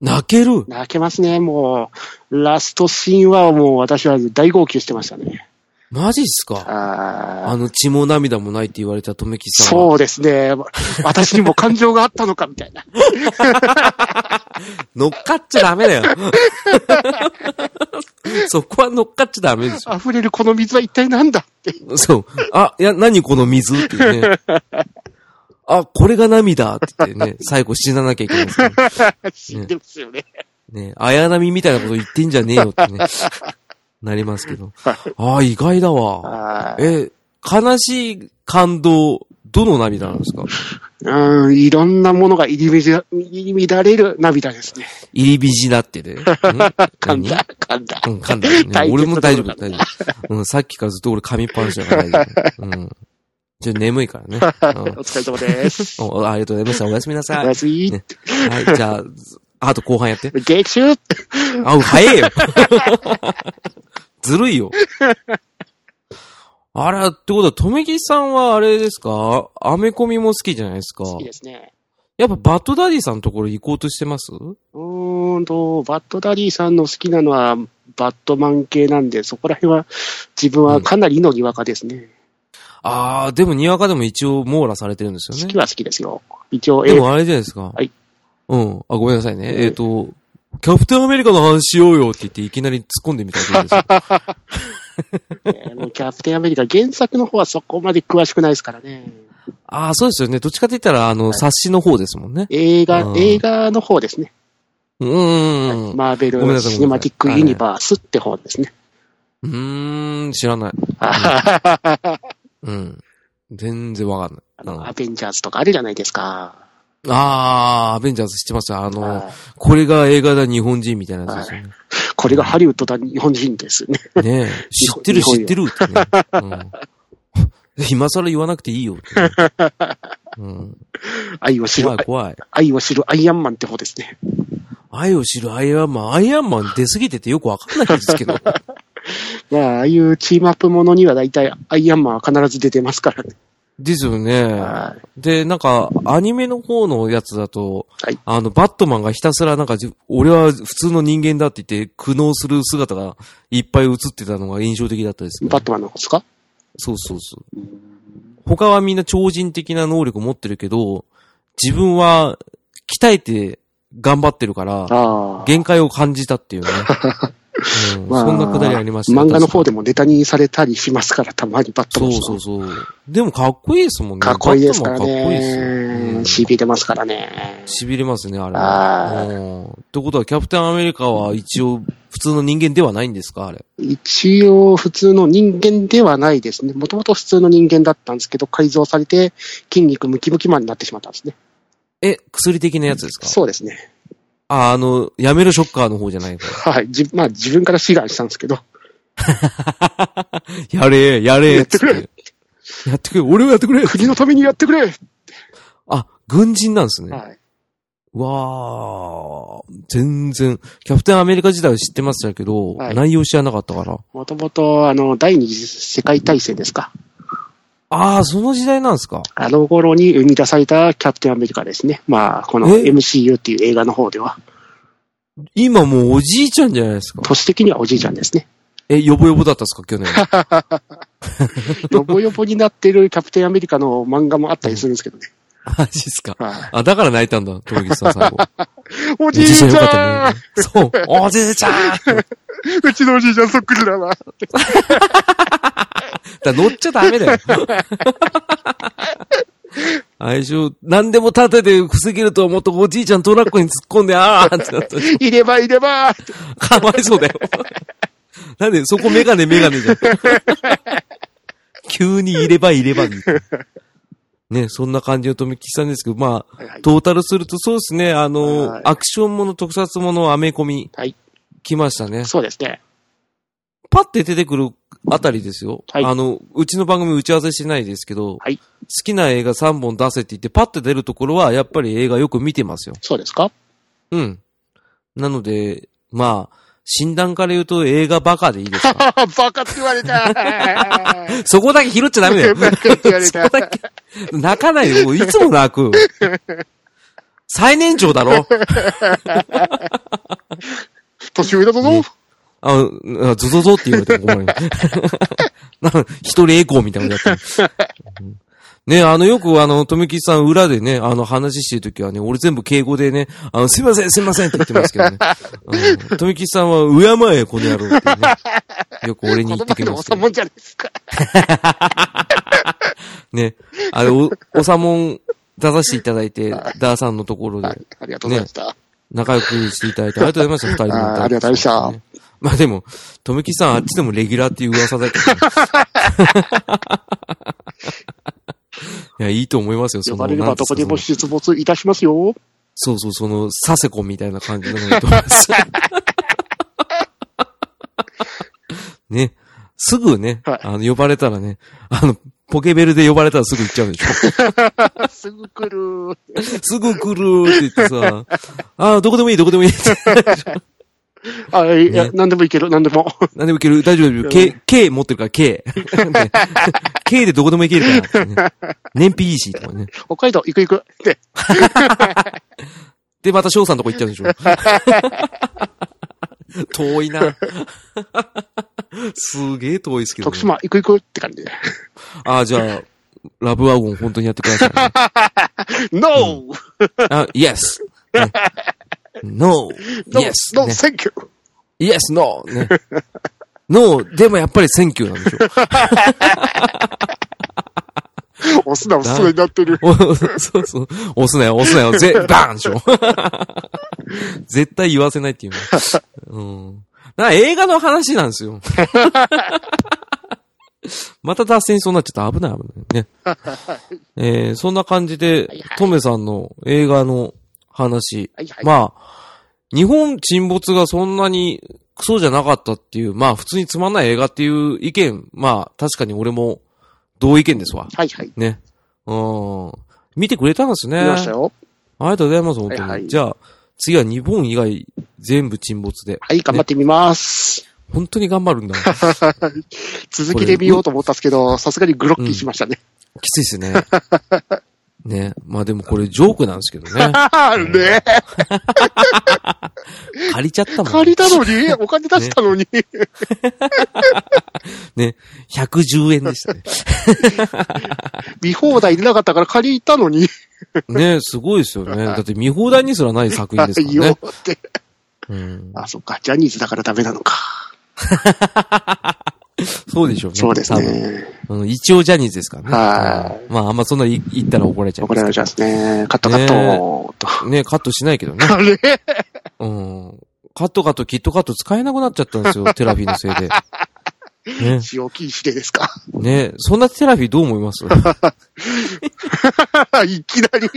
[SPEAKER 1] 泣ける
[SPEAKER 2] 泣けますね、もう。ラストシーンはもう私は大号泣してましたね。
[SPEAKER 1] マジっすか
[SPEAKER 2] あ
[SPEAKER 1] あ
[SPEAKER 2] あ。
[SPEAKER 1] の血も涙もないって言われたとめきさんは
[SPEAKER 2] そうですね。私にも感情があったのか、みたいな。 <laughs>
[SPEAKER 1] 乗っかっちゃダメだよ。 <laughs> そこは乗っかっちゃダメですよ。
[SPEAKER 2] 溢れるこの水は一体なんだって。
[SPEAKER 1] そう。あ、いや、何この水っていうね。あ、これが涙って言ってね、最後死ななきゃいけないんですけど。
[SPEAKER 2] 死んでますよね。
[SPEAKER 1] ね、綾波みたいなこと言ってんじゃねえよってね、なりますけど。ああ、意外だわ。
[SPEAKER 2] あー
[SPEAKER 1] え、悲しい感動、どの涙なんですか
[SPEAKER 2] うん、いろんなものが入り乱入り乱れる涙ですね。 <laughs>
[SPEAKER 1] 入りビジだってね。
[SPEAKER 2] 噛ん
[SPEAKER 1] 何
[SPEAKER 2] だ、噛んだ。
[SPEAKER 1] うん、噛んだ、ね。
[SPEAKER 2] <laughs> 大
[SPEAKER 1] 俺も大丈
[SPEAKER 2] 丈
[SPEAKER 1] 夫、
[SPEAKER 2] 夫
[SPEAKER 1] 大丈夫。うん、さっきからずっと俺噛みっぱなしだから大丈夫。うん。じゃあ眠いからね。
[SPEAKER 2] お疲れ様 <laughs> です。
[SPEAKER 1] うんおありがとうございました。おやすみな
[SPEAKER 2] お
[SPEAKER 1] さい。
[SPEAKER 2] やすみ。
[SPEAKER 1] ねはい、じゃあ、あと後半やって。
[SPEAKER 2] 劇中
[SPEAKER 1] あ、早えよ。 <laughs> ずるいよ。あら、ってことは、とめきさんはあれですかアメコミも好きじゃないですか
[SPEAKER 2] 好きですね。
[SPEAKER 1] やっぱバッドダディさんのところ行こうとしてます
[SPEAKER 2] うーんと、バッドダディさんの好きなのは、バットマン系なんで、そこら辺は、自分はかなりのにわかですね。
[SPEAKER 1] あー、でもにわかでも一応網羅されてるんですよ
[SPEAKER 2] 好
[SPEAKER 1] ね
[SPEAKER 2] き。は好きですよ。一応、え
[SPEAKER 1] でもあれじゃないですか。
[SPEAKER 2] はい。
[SPEAKER 1] うん。あ、ごめんなさいね。
[SPEAKER 2] うん
[SPEAKER 1] えっ、と、キャプテンアメリカの話しようよって言っていきなり突っ込んでみたいですよ。
[SPEAKER 2] <laughs> ーもうキャプテンアメリカ、原作の方はそこまで詳しくないですからね。
[SPEAKER 1] あー、そうですよね。どっちかって言ったら、あの、冊子の方ですもんね。
[SPEAKER 2] 映画、
[SPEAKER 1] うん
[SPEAKER 2] 映画の方ですね。
[SPEAKER 1] うーん。
[SPEAKER 2] マーベ
[SPEAKER 1] ごめんな
[SPEAKER 2] ル・
[SPEAKER 1] さい
[SPEAKER 2] シネマティック・ユニバースって方ですね。
[SPEAKER 1] うーん、知らない。うん。全然わかん
[SPEAKER 2] あ
[SPEAKER 1] ない。う
[SPEAKER 2] の、
[SPEAKER 1] ん
[SPEAKER 2] アベンジャーズとかあるじゃないですか。
[SPEAKER 1] あー、アベンジャーズ知ってますよあの、
[SPEAKER 2] あ
[SPEAKER 1] これが映画だ日本人みたいなやつですよね。
[SPEAKER 2] ーこれがハリウッドだ日本人ですね。
[SPEAKER 1] ねえ、知ってる
[SPEAKER 2] 日本
[SPEAKER 1] 知っ
[SPEAKER 2] よ
[SPEAKER 1] てるってね。
[SPEAKER 2] <laughs>
[SPEAKER 1] うん、今更言わなくていいよってね、うん。
[SPEAKER 2] 愛を知る
[SPEAKER 1] 怖い、怖い。
[SPEAKER 2] 愛を知るアイアンマンって方ですね。
[SPEAKER 1] 愛を知るアイアンマン。アイアンマン出すぎててよくわかんないんです
[SPEAKER 2] <laughs>
[SPEAKER 1] けど。
[SPEAKER 2] まあ、ああいうチームアップものには大体、アイアンマンは必ず出てますからね。
[SPEAKER 1] ですよね。
[SPEAKER 2] はい
[SPEAKER 1] で、なんか、アニメの方のやつだと、
[SPEAKER 2] はい
[SPEAKER 1] あの、バットマンがひたすらなんかじ、俺は普通の人間だって言って苦悩する姿がいっぱい映ってたのが印象的だったですね。
[SPEAKER 2] バットマンの方ですか
[SPEAKER 1] そうそうそう。他はみんな超人的な能力持ってるけど、自分は鍛えて頑張ってるから、
[SPEAKER 2] ああ。
[SPEAKER 1] 限界を感じた
[SPEAKER 2] <laughs>
[SPEAKER 1] っていうね。うんそんなくだりありました
[SPEAKER 2] 漫画の方
[SPEAKER 1] で。
[SPEAKER 2] でもネタにされたりしますから、たまにバット
[SPEAKER 1] そ
[SPEAKER 2] マ
[SPEAKER 1] う
[SPEAKER 2] ンさん
[SPEAKER 1] そうそう。でもかっこいいですもんね。
[SPEAKER 2] かっこいいですから
[SPEAKER 1] バットマンかっこいいですよ
[SPEAKER 2] ね。
[SPEAKER 1] うん
[SPEAKER 2] 痺れますからね。
[SPEAKER 1] 痺れますね、あれ
[SPEAKER 2] あ
[SPEAKER 1] は。うんってことは、キャプテンアメリカは一応、普通の人間ではないんですかあれ。
[SPEAKER 2] 一応、普通の人間ではないですね。もともと普通の人間だったんですけど、改造されて、筋肉ムキムキマンになってしまったんですね。
[SPEAKER 1] え、薬的なやつですか
[SPEAKER 2] そうですね。
[SPEAKER 1] あ、あの、やめるショッカーの方じゃないから。
[SPEAKER 2] はい。じまあ、自分から志願したんです
[SPEAKER 1] <laughs>
[SPEAKER 2] けど、
[SPEAKER 1] やれ、やれ、
[SPEAKER 2] や
[SPEAKER 1] っ
[SPEAKER 2] っててくれ
[SPEAKER 1] やってくれ、俺をやってくれ
[SPEAKER 2] 国のためにやってくれ、
[SPEAKER 1] あ、軍人なんですね。
[SPEAKER 2] はい。
[SPEAKER 1] わー、全然、キャプテンアメリカ自体は知ってましたけど、
[SPEAKER 2] はい
[SPEAKER 1] 内容知らなかったから。
[SPEAKER 2] もともと、あの、第二次世界大戦ですか。
[SPEAKER 1] あー、その時代なんですか
[SPEAKER 2] あの頃に生み出されたキャプテンアメリカですね。まあ、この
[SPEAKER 1] え
[SPEAKER 2] MCU っていう映画の方では、
[SPEAKER 1] 今もうおじいちゃんじゃないですか。
[SPEAKER 2] 都市的にはおじいちゃんですね。
[SPEAKER 1] え、ヨボヨボだったんですか去
[SPEAKER 2] <laughs>
[SPEAKER 1] 年。
[SPEAKER 2] ヨボヨボになってるキャプテンアメリカの漫画もあったりするんですけどね。
[SPEAKER 1] マジっすか。
[SPEAKER 2] は
[SPEAKER 1] あ、だから泣いたんだ、トロギスさん最後。
[SPEAKER 2] いお
[SPEAKER 1] お
[SPEAKER 2] <laughs> じいち
[SPEAKER 1] よかっ
[SPEAKER 2] ゃ
[SPEAKER 1] た
[SPEAKER 2] ん
[SPEAKER 1] ね。そう、おじいちゃんだか
[SPEAKER 2] うちのおじいちゃんそっくりだな。
[SPEAKER 1] ら乗っちゃダメだ
[SPEAKER 2] <laughs>
[SPEAKER 1] よ。相性、何でも立てて防げると思っておじいちゃんトラックに突っ込んで、あーってなった
[SPEAKER 2] いればいれば
[SPEAKER 1] かわいそうだよ。なんで、そこメガネメガネじゃ
[SPEAKER 2] <laughs>
[SPEAKER 1] ん。急にいればいればに。ね、そんな感じの富木さんですけど、まあ、
[SPEAKER 2] はいはい
[SPEAKER 1] トータルするとそうですね、あの、
[SPEAKER 2] はい
[SPEAKER 1] アクションもの、特撮もの、アメコミ、
[SPEAKER 2] はい
[SPEAKER 1] 来ましたね。
[SPEAKER 2] そうですね。
[SPEAKER 1] パッて出てくるあたりですよ。
[SPEAKER 2] はい
[SPEAKER 1] あの、うちの番組打ち合わせしてないですけど、
[SPEAKER 2] はい
[SPEAKER 1] 好きな映画3本出せって言って、パッて出るところは、やっぱり映画よく見てますよ。
[SPEAKER 2] そうですか <laughs>
[SPEAKER 1] うん。なので、
[SPEAKER 2] <laughs>
[SPEAKER 1] まあ、診断から言うと映画バカでいいですか
[SPEAKER 2] バカって言われた
[SPEAKER 1] そこだけ拾っちゃダメ
[SPEAKER 2] <laughs>
[SPEAKER 1] だよ。
[SPEAKER 2] 泣くって言われ
[SPEAKER 1] そ
[SPEAKER 2] た
[SPEAKER 1] こだけ。泣かないよ。もういつも泣
[SPEAKER 2] <laughs>
[SPEAKER 1] く。最年長だろ
[SPEAKER 2] 年上だぞ、
[SPEAKER 1] ああ、ズゾゾって言われてもごめん。 <laughs> なん一人エコーみたいなのやった。ね、あの、よくあの、富吉さん裏でね、あの、話してるときはね、俺全部敬語でね、あの、すいません、すいませんって言ってますけどね。うん富吉さんは、敬え、この野郎ってね。よく俺に言
[SPEAKER 2] 言葉
[SPEAKER 1] ってき
[SPEAKER 2] で
[SPEAKER 1] ま
[SPEAKER 2] お
[SPEAKER 1] す
[SPEAKER 2] さ
[SPEAKER 1] けど。
[SPEAKER 2] もんじゃないですか。
[SPEAKER 1] ね。あれ、お、おさもん出させていただいて、ダーさんのところで
[SPEAKER 2] ありがとうございました。
[SPEAKER 1] 仲良くしていただいて、ありがとうございました、二人も。
[SPEAKER 2] あーありがとうございまし
[SPEAKER 1] <laughs> まあでも、とめきさんあっちでもレギュラーっていう噂だけ
[SPEAKER 2] <laughs>
[SPEAKER 1] ど、ね。いや、いいと思いますよ、そ
[SPEAKER 2] 呼
[SPEAKER 1] の。
[SPEAKER 2] ばれれば
[SPEAKER 1] なんで
[SPEAKER 2] ど
[SPEAKER 1] す
[SPEAKER 2] こ
[SPEAKER 1] か
[SPEAKER 2] でも
[SPEAKER 1] その
[SPEAKER 2] 出没いたしますよ。
[SPEAKER 1] そうそう、その、サセコンみたいな感じなのだと思い
[SPEAKER 2] <laughs>
[SPEAKER 1] ます。ね。すぐね、
[SPEAKER 2] はい
[SPEAKER 1] あの、呼ばれたらね、あの、ポケベルで呼ばれたらすぐ行っちゃうでし
[SPEAKER 2] <laughs>
[SPEAKER 1] ょ。
[SPEAKER 2] すぐ来る。
[SPEAKER 1] すぐ来るって言ってさ、ああ、どこでもいい、どこでもいいって。
[SPEAKER 2] あ、いや、
[SPEAKER 1] ね
[SPEAKER 2] 何でもいける、何でも。
[SPEAKER 1] 何でもいける、大丈夫、大丈夫。K、K 持ってるから、K。ね
[SPEAKER 2] <laughs>
[SPEAKER 1] K でどこでもいけるからってね、燃費いいし、とかね。
[SPEAKER 2] 北海道、行く行く。で、
[SPEAKER 1] で、また翔さんのとこ行っちゃうでしょ。
[SPEAKER 2] <laughs>
[SPEAKER 1] 遠いな。すげえ遠いですけど、
[SPEAKER 2] 徳島、行く行くって感じで。
[SPEAKER 1] ああ、じゃあ、ラブワゴン本当にやってくだ
[SPEAKER 2] <laughs>
[SPEAKER 1] さい、ね。
[SPEAKER 2] No!
[SPEAKER 1] あ、Yes! ね No!
[SPEAKER 2] <laughs> No,
[SPEAKER 1] Yes!
[SPEAKER 2] no,
[SPEAKER 1] ね
[SPEAKER 2] thank you!
[SPEAKER 1] Yes, no, ね。no, でもやっぱり選挙なんでしょ。
[SPEAKER 2] おすな、おすなになってる。
[SPEAKER 1] おそうそう。押すなよ、押すなよ。ぜ、バーンでしょ。 <laughs> 絶対言わせないっていうね。うん。な、映画の話なんですよ。 <laughs> また脱線しそうになっちゃった。危ない危
[SPEAKER 2] <laughs>
[SPEAKER 1] ないね。えー、そんな感じで
[SPEAKER 2] はいは、い
[SPEAKER 1] トメさんの映画の話。
[SPEAKER 2] はいはい。
[SPEAKER 1] まあ、日本沈没がそんなにクソじゃなかったっていう、まあ普通につまんない映画っていう意見、まあ確かに俺も同意見ですわ。
[SPEAKER 2] はいはい。
[SPEAKER 1] ね。うん。見てくれたんですね。
[SPEAKER 2] 見ましたよ。
[SPEAKER 1] ありがとうございます、本当に。
[SPEAKER 2] はいはい
[SPEAKER 1] じゃあ、次は日本以外全部沈没で。
[SPEAKER 2] はい、頑張ってみます。
[SPEAKER 1] 本当に頑張るん
[SPEAKER 2] <laughs>
[SPEAKER 1] だ。き
[SPEAKER 2] 続きで見ようと思ったんですけど、さすがにグロッキーしましたね。
[SPEAKER 1] ついっすね。ね。まあでもこれジョークなんですけど
[SPEAKER 2] <laughs>
[SPEAKER 1] ね。
[SPEAKER 2] あーね
[SPEAKER 1] 借りちゃったもん。
[SPEAKER 2] 借りたのに、お金出したのに。
[SPEAKER 1] ね。110円でしたね。
[SPEAKER 2] 見放題でなかったから借りたのに、
[SPEAKER 1] ね、すごいですよ
[SPEAKER 2] <laughs>
[SPEAKER 1] ね。だって見放題にすらない作品ですか
[SPEAKER 2] いいよ
[SPEAKER 1] らね。
[SPEAKER 2] って。
[SPEAKER 1] うん、
[SPEAKER 2] あ、そっか。ジャニーズだからダメなのか。
[SPEAKER 1] そうでしょうね。
[SPEAKER 2] そうですね。
[SPEAKER 1] 多分。うん一応ジャニーズですからね。
[SPEAKER 2] は
[SPEAKER 1] まああんまそんな言言ったら怒られちゃいま
[SPEAKER 2] 怒ら
[SPEAKER 1] す
[SPEAKER 2] れちゃいますね。カットカット。と
[SPEAKER 1] ね、カットしないけどね。
[SPEAKER 2] あれ
[SPEAKER 1] うん。カットカット、キットカット使えなくなっちゃったん
[SPEAKER 2] <laughs>
[SPEAKER 1] ですよ、テラフィーのせいで。ね、
[SPEAKER 2] 塩禁止でですか
[SPEAKER 1] ね、そんなテラフィーどう思います <laughs>
[SPEAKER 2] いきなり。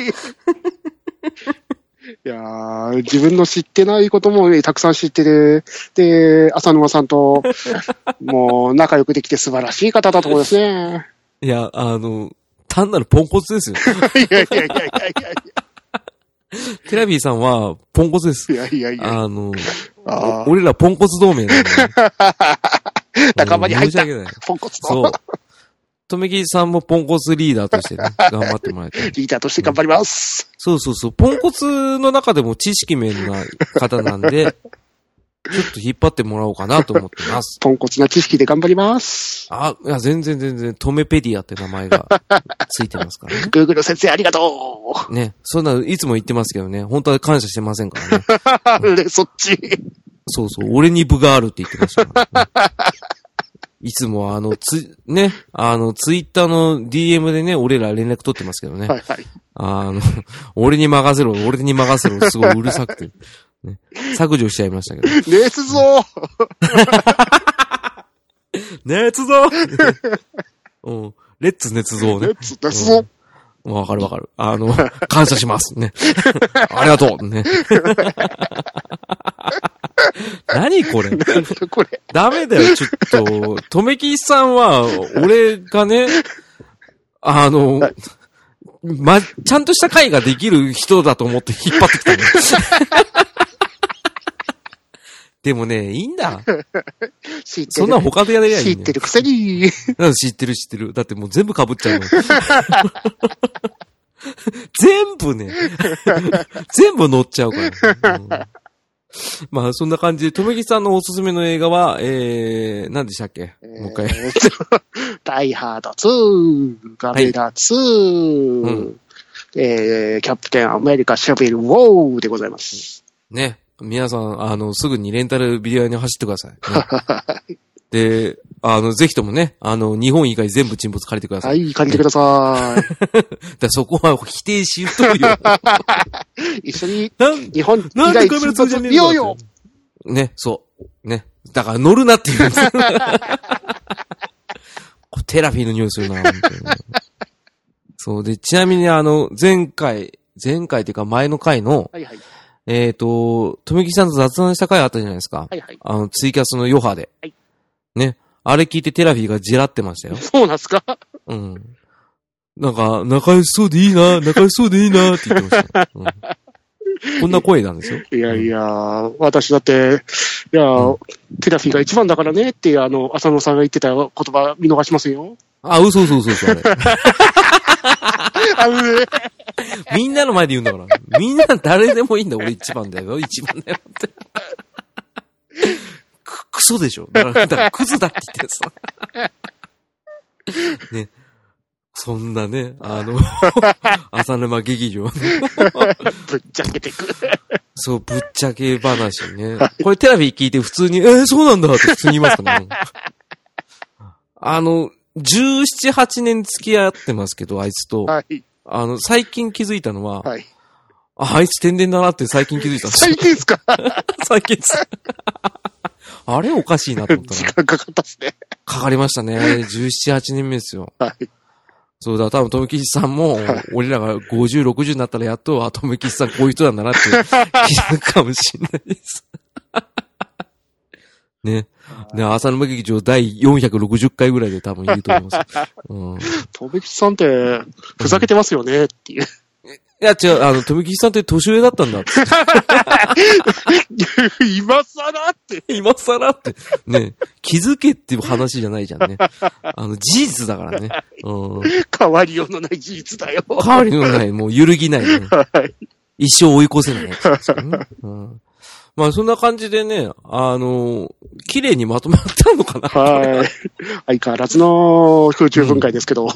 [SPEAKER 2] いやー自分の知ってないこともたくさん知ってて、で、浅沼さんと、もう仲良くできて素晴らしい方だと思いますね。
[SPEAKER 1] いや、あの、単なるポンコツですよ。
[SPEAKER 2] いやいやいやい
[SPEAKER 1] テラフィーさんは、ポンコツです。
[SPEAKER 2] やいやいやいやいや。
[SPEAKER 1] あの、
[SPEAKER 2] あー
[SPEAKER 1] 俺らポンコツ同盟なんで。
[SPEAKER 2] 仲間に入った
[SPEAKER 1] 申し訳ない。
[SPEAKER 2] ポンコツ
[SPEAKER 1] そう
[SPEAKER 2] と。
[SPEAKER 1] とめきさんもポンコツリーダーとしてね、頑張ってもらいたい。
[SPEAKER 2] リーダーとして頑張ります。
[SPEAKER 1] そうそうそう。ポンコツの中でも知識面な方なんで、ちょっと引っ張ってもらおうかなと思ってます。
[SPEAKER 2] ポンコツな知識で頑張ります。
[SPEAKER 1] あ、いや、全然全然、トメペディアって名前がついてますから
[SPEAKER 2] <laughs>
[SPEAKER 1] ね。
[SPEAKER 2] Google 先生ありがとう。
[SPEAKER 1] ね。そんなのいつも言ってますけどね、本当は感謝してませんからね。
[SPEAKER 2] あれ、そっち。
[SPEAKER 1] そうそう、俺に部があるって言ってましたからね、いつもあの、つ、ね、あの、ツイッターの DM でね、俺ら連絡取ってますけどね。
[SPEAKER 2] はいはい。
[SPEAKER 1] あの、俺に任せろ、俺に任せろ、すごいうるさくて。ね、削除しちゃいましたけ
[SPEAKER 2] <laughs>
[SPEAKER 1] ど。
[SPEAKER 2] レースぞ
[SPEAKER 1] 熱造 <laughs> うん。レッツ熱造
[SPEAKER 2] レ
[SPEAKER 1] ね
[SPEAKER 2] ッ。ツですぞ
[SPEAKER 1] うんわかるわかる。あの、 <laughs> 感謝します。ね。 <laughs> ありがとう。ね。 <laughs> 何これ
[SPEAKER 2] なんだこれ。
[SPEAKER 1] ダメだよ、ちょっと。とめきさんは、俺がね、あの、ま、ちゃんとした会ができる人だと思って引っ張ってきたの。でもね、いいんだ。
[SPEAKER 2] 知って
[SPEAKER 1] そ
[SPEAKER 2] る。
[SPEAKER 1] んなん他でやれりゃいい、
[SPEAKER 2] 知
[SPEAKER 1] ね。
[SPEAKER 2] ってるくせに。
[SPEAKER 1] うん知ってる知ってる。だってもう全部被っちゃうの。 <laughs> 全部ね。 <laughs> 全部乗っちゃうから、うんまあそんな感じで、とめきさんのおすすめの映画は、えー、何でしたっけもう一回。
[SPEAKER 2] えーっと <laughs> ダイハード2、ガメラ2、
[SPEAKER 1] はいう
[SPEAKER 2] えーキャプテンアメリカシャベルウォーでございます。
[SPEAKER 1] ね。皆さん、あの、すぐにレンタルビデオ屋に走ってください、
[SPEAKER 2] <laughs>
[SPEAKER 1] ねで、あの、ぜひともね、あの、日本以外全部沈没借りてくださ。
[SPEAKER 2] はいい、借りてくださ
[SPEAKER 1] だからそこは否定しようよ。
[SPEAKER 2] <laughs>
[SPEAKER 1] <laughs>
[SPEAKER 2] い。一緒に
[SPEAKER 1] なん
[SPEAKER 2] 日本以
[SPEAKER 1] なんで
[SPEAKER 2] 外
[SPEAKER 1] カメラ
[SPEAKER 2] 通
[SPEAKER 1] 通じ
[SPEAKER 2] 達
[SPEAKER 1] ゃねえ
[SPEAKER 2] 見ようよ
[SPEAKER 1] んだってね、そう。ね。だから乗るなって言うんです <laughs> これテラフィーの匂いするな、本当にそうで、ちなみにあの、前回、前回っていうか前の回の、
[SPEAKER 2] はいはい。
[SPEAKER 1] えっ、と、とめきさんと雑談した回あったじゃないですか。
[SPEAKER 2] はいはい。
[SPEAKER 1] あの、ツイキャスの余波で。
[SPEAKER 2] はい
[SPEAKER 1] ね。あれ聞いてテラフィーがじらってましたよ。
[SPEAKER 2] そうなんすか
[SPEAKER 1] うん。なんか、仲良しそうでいいな、仲良しそうでいいなって言ってましたよ。うん、こんな声なんですよ。
[SPEAKER 2] いやいや、私だって、いや、
[SPEAKER 1] うん
[SPEAKER 2] テラフィーが一番だからねっていう、あの、浅野さんが言ってた言葉見逃しませんよ。
[SPEAKER 1] あ、嘘嘘嘘嘘、あれ。
[SPEAKER 2] あうえ
[SPEAKER 1] みんなの前で言うんだから。みんな誰でもいいんだ。俺一番だよ。一番だよって。 <laughs> く、クソでしょ。だから、だからクズだって言ってさ。 <laughs> ね。そんなね、あの、 <laughs> 浅沼劇場の
[SPEAKER 2] ぶっちゃけてく。
[SPEAKER 1] そう、ぶっちゃけ話ね。これテラビ聞いて普通に、えーそうなんだって普通に言いますからね。あの、17、8年付き合ってますけど、あいつと。
[SPEAKER 2] はい。
[SPEAKER 1] あの、最近気づいたのは、
[SPEAKER 2] はい。
[SPEAKER 1] あ、あいつ天然だなって最近気づいたんです
[SPEAKER 2] 最近ですか
[SPEAKER 1] 最近です。あれおかしいなと思った
[SPEAKER 2] 時
[SPEAKER 1] ら。
[SPEAKER 2] 間かかったっすね。
[SPEAKER 1] かかりましたね。17、8年目ですよ。
[SPEAKER 2] はい。
[SPEAKER 1] そうだ、多分、とめきさんも、俺らが50、60になったらやっと、あ、とめきさんこういう人なんだなって気づくかもしれないです。 <laughs> ね。ね、朝の劇場第460回ぐらいで多分言うと思います。うん。い
[SPEAKER 2] とめきちさんって、ふざけてますよねっていう。 <laughs>
[SPEAKER 1] や、違う、あの、とめきさんって年上だったんだって。
[SPEAKER 2] 今更って。
[SPEAKER 1] 今更って。ね。気づけっていう話じゃないじゃんね。あの、事実だからね。うん。
[SPEAKER 2] 変わりようのない事実だよ。
[SPEAKER 1] 変わりの <laughs> ない、もう揺るぎない、ね。
[SPEAKER 2] はい。
[SPEAKER 1] 一生追い越せないやつですよ <laughs> ね。うんまあそんな感じでね、あの綺麗にまとまったのかな。
[SPEAKER 2] はい。相変わらずの空中分解ですけど。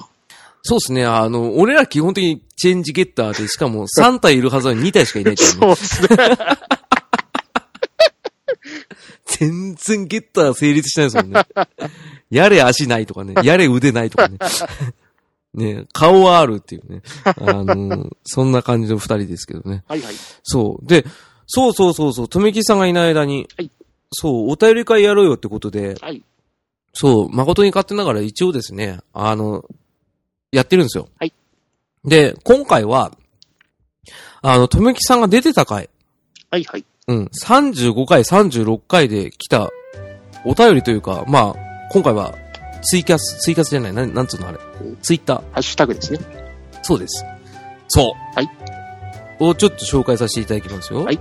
[SPEAKER 1] そうですね、あの、俺ら基本的にチェンジゲッターで、しか <laughs> も3体いるはずなのに2体しかいないっていう
[SPEAKER 2] そ
[SPEAKER 1] ね
[SPEAKER 2] うですね。
[SPEAKER 1] 全然ゲッター成立しないですもんね。 <laughs> やれ足ないとかね、やれ腕ないと <laughs> かね。ね顔はあるっていうね。あのそんな感じの2人ですけどね。
[SPEAKER 2] はいはい。
[SPEAKER 1] そう。で、そうそうそうそう、とめきさんがいない間に、
[SPEAKER 2] はい
[SPEAKER 1] そう、お便り会やろうよってことで、
[SPEAKER 2] はい。
[SPEAKER 1] そう、誠に勝手ながら一応ですね、あの、やってるんですよ。
[SPEAKER 2] はい。
[SPEAKER 1] で、今回は、あの、とめきさんが出てた回、
[SPEAKER 2] はいはい。
[SPEAKER 1] うん、35回、36回で来たお便りというか、まあ、今回は、ツイキャス、ツイキャスじゃない、なんなんつうのあれ、ツイッター、
[SPEAKER 2] ハッシュタグですね。
[SPEAKER 1] そうです。そう。
[SPEAKER 2] はい。
[SPEAKER 1] をちょっと紹介させていただきますよ。
[SPEAKER 2] はい。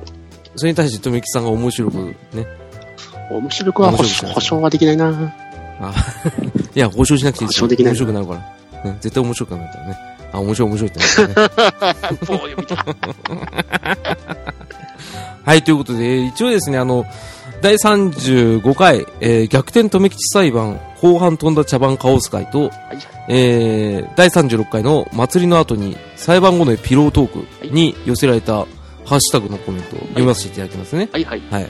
[SPEAKER 1] それに対してとめきさんが面白くね、
[SPEAKER 2] 面白くは保
[SPEAKER 1] 面白く
[SPEAKER 2] 証
[SPEAKER 1] ない
[SPEAKER 2] 保証はできないな。
[SPEAKER 1] いや、保証しなくていいですよ
[SPEAKER 2] 保証できない
[SPEAKER 1] 面白くなるから。ね、絶対面白くなるからね。あ、面白い面白いってな
[SPEAKER 2] <laughs>
[SPEAKER 1] るからね。
[SPEAKER 2] 棒読みだ。
[SPEAKER 1] はい、ということで、えー一応ですね、あの、第35回、えー逆転止め吉裁判、後半飛んだ茶番カオス会と、
[SPEAKER 2] はい
[SPEAKER 1] えー第36回の祭りの後に、裁判後のピロートークに寄せられたハッシュタグのコメントを読ませていただきますね。
[SPEAKER 2] はいはい。
[SPEAKER 1] はい。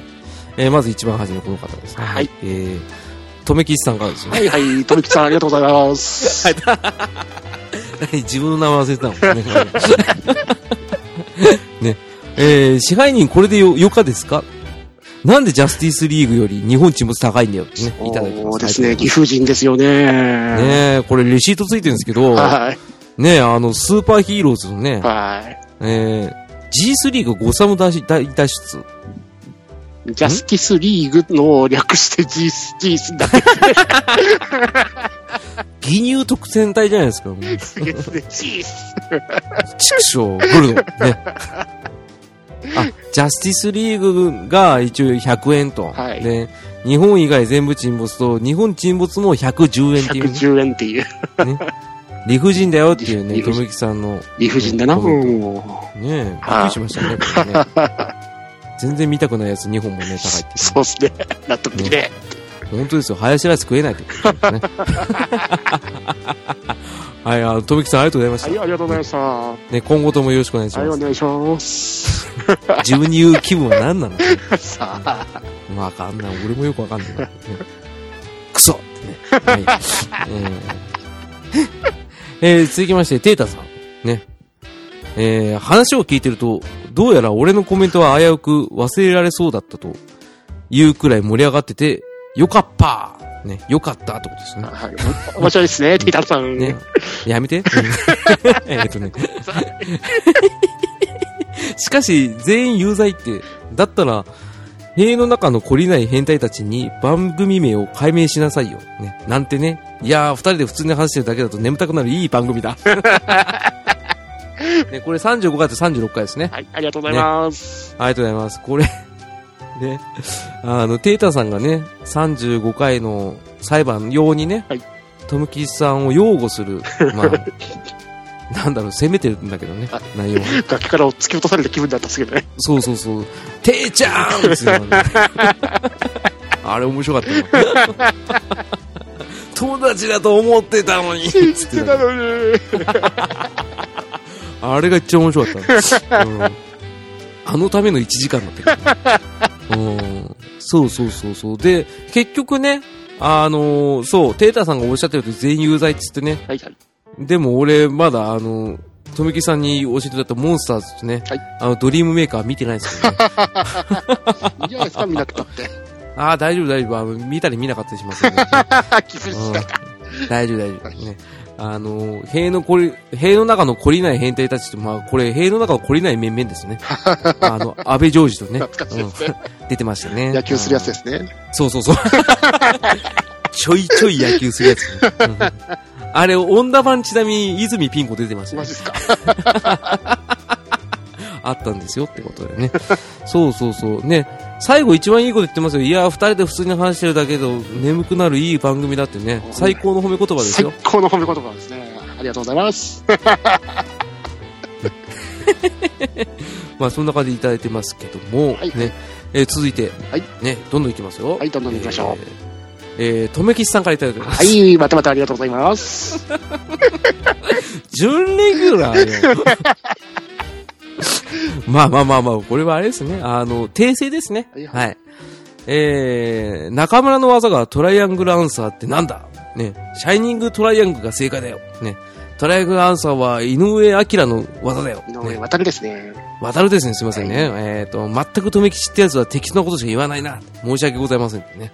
[SPEAKER 1] えーまず一番初めこの方ですね。
[SPEAKER 2] はい。
[SPEAKER 1] えー、止め吉さんからですよ。
[SPEAKER 2] はいはい。とめきちさんありがとうございます。はい。
[SPEAKER 1] <laughs> 自分の名前忘れてたもんね。ね。 <laughs> えー、支配人これでよ、よかですかなんでジャスティスリーグより日本沈没高いんだよってね、いただいてます。
[SPEAKER 2] そうですね。
[SPEAKER 1] ね
[SPEAKER 2] 理不尽ですよね。
[SPEAKER 1] え、これレシートついてるんですけど、
[SPEAKER 2] はい。
[SPEAKER 1] ねえ、あの、スーパーヒーローズのね、
[SPEAKER 2] は
[SPEAKER 1] えー、G3 がゴサム脱出大脱出。
[SPEAKER 2] い。ジャスティスリーグの略して G、G だけ
[SPEAKER 1] 義乳特選隊じゃないですか。もう
[SPEAKER 2] ですね。G <laughs>
[SPEAKER 1] 畜生、ブルドン。ね。あ、ジャスティスリーグが一応100円と。
[SPEAKER 2] はい
[SPEAKER 1] で、日本以外全部沈没と、日本沈没も110円っていうね、
[SPEAKER 2] 110円って <laughs> いう。
[SPEAKER 1] 理不尽だよっていうね、
[SPEAKER 2] 理不
[SPEAKER 1] と
[SPEAKER 2] 尽
[SPEAKER 1] めきさんの、ね
[SPEAKER 2] 理不尽だな。
[SPEAKER 1] コメント
[SPEAKER 2] うん
[SPEAKER 1] え、
[SPEAKER 2] <laughs>
[SPEAKER 1] びっくりしましたね、これね。全然見たくないやつ2本もネタ入ってる。
[SPEAKER 2] そうっすね。 <laughs> 納得できね
[SPEAKER 1] 本当ですよ、林ライス食えないってことですね。
[SPEAKER 2] <laughs>
[SPEAKER 1] はい、あの、とめきさんありがとうございまし
[SPEAKER 2] はい、ありがとうございました。は
[SPEAKER 1] た。ね、今後ともよろしくお願いし
[SPEAKER 2] い、
[SPEAKER 1] ま
[SPEAKER 2] お
[SPEAKER 1] す。
[SPEAKER 2] 願いします。
[SPEAKER 1] 自分に言う気分は何なの
[SPEAKER 2] <laughs> さあ、
[SPEAKER 1] わかんない。俺もよくわかんないな。 <laughs> クソってね。はい。えーえー続きまして、テータさん。ね。えー話を聞いてると、どうやら俺のコメントは危うく忘れられそうだったというくらい盛り上がってて、よかったね、よかったってことですね。
[SPEAKER 2] はい、面白いですね、ティタさん。
[SPEAKER 1] ね、やめて。うんえっとね。しかし、全員有罪って、だったら、塀の中の懲りない変態たちに番組名を解明しなさいよ。ね。なんてね。いやー、二人で普通に話してるだけだと眠たくなるいい番組だ。ね、これ35回と36回ですね。
[SPEAKER 2] はい、ありがとうございます。
[SPEAKER 1] ありがとうございます。これ、 <laughs> ね、あの、テータさんがね、35回の裁判用にね、
[SPEAKER 2] はい
[SPEAKER 1] トムキさんを擁護する、まあ、
[SPEAKER 2] <laughs>
[SPEAKER 1] なんだろう、責めてるんだけどね
[SPEAKER 2] あ、
[SPEAKER 1] 内容は。
[SPEAKER 2] 楽器から突き落とされた気分だったんですけどね。
[SPEAKER 1] そうそうそう、てーちゃんっていうのが
[SPEAKER 2] <laughs>
[SPEAKER 1] ねあれ面白かったな友達だと思ってたのにつ
[SPEAKER 2] 言っ
[SPEAKER 1] って
[SPEAKER 2] てたのに。
[SPEAKER 1] あれが一番面白
[SPEAKER 2] <laughs>
[SPEAKER 1] かった、うんあのための1時間だったけ
[SPEAKER 2] <laughs>
[SPEAKER 1] ど、うん、そうそうそうそう。で、結局ね、あのーそう、テータさんがおっしゃってると全員有罪っつってね。
[SPEAKER 2] はい、はい。
[SPEAKER 1] でも俺、まだ、あのー、とめきさんに教えてもらったモンスターズとね、
[SPEAKER 2] はい
[SPEAKER 1] あの、ドリームメーカー見てないですけ
[SPEAKER 2] <laughs>
[SPEAKER 1] どね。
[SPEAKER 2] いいじゃないですか、見なくた <laughs> って。
[SPEAKER 1] ああ、大丈夫大丈夫。あの見たり見なかったりしますよね。
[SPEAKER 2] 気づ
[SPEAKER 1] う
[SPEAKER 2] い
[SPEAKER 1] ん
[SPEAKER 2] てた。
[SPEAKER 1] 大丈夫大丈夫。ね。あのー、塀のこり、塀の中の懲りない変態たちと、まあ、これ、塀の中の懲りない面々
[SPEAKER 2] <laughs>
[SPEAKER 1] ですね。あの、安倍ジョージとね。
[SPEAKER 2] 懐かしいですね。
[SPEAKER 1] うん出てましたね。。
[SPEAKER 2] 野球するやつですすね。
[SPEAKER 1] そうそう <laughs> そう。ちょいちょい野球するやつ、うんあれ、オンダ版ちなみに泉ピン子出てました
[SPEAKER 2] マ
[SPEAKER 1] ね
[SPEAKER 2] ジ。ですか。
[SPEAKER 1] あったんですよってことでね。そうそうそう。ね。最後一番いいこと言ってますよ。いやー、二人で普通に話してるだけど、眠くなるいい番組だってね。最高の褒め言葉です
[SPEAKER 2] 最
[SPEAKER 1] よ。
[SPEAKER 2] 高の褒め言葉ですね。ありがとうござい <laughs> ます。
[SPEAKER 1] まあそんな感じでいただいてますけども、
[SPEAKER 2] はい
[SPEAKER 1] ねえー続いて、
[SPEAKER 2] はい
[SPEAKER 1] ね、どんどんいきますよ。
[SPEAKER 2] はいどんどん行きましょう
[SPEAKER 1] えー。えー、とめきちさんからいただいてます。
[SPEAKER 2] はい、またまたありがとうございます。
[SPEAKER 1] 準レギュラーよ。 <laughs> まあまあまあまあ、これはあれですね。あの、訂正ですね。
[SPEAKER 2] はいは
[SPEAKER 1] はい。えー、中村の技がトライアングルアンサーってなんだね、シャイニングトライアングルが正解だよ。ね、トライアングルアンサーは井上明の技だよ。
[SPEAKER 2] 井
[SPEAKER 1] ね
[SPEAKER 2] 上渡ですね。
[SPEAKER 1] 渡るですね、すいませんね。えっ、と、全く止め吉ってやつは適当なことしか言わないな。申し訳ございませんね。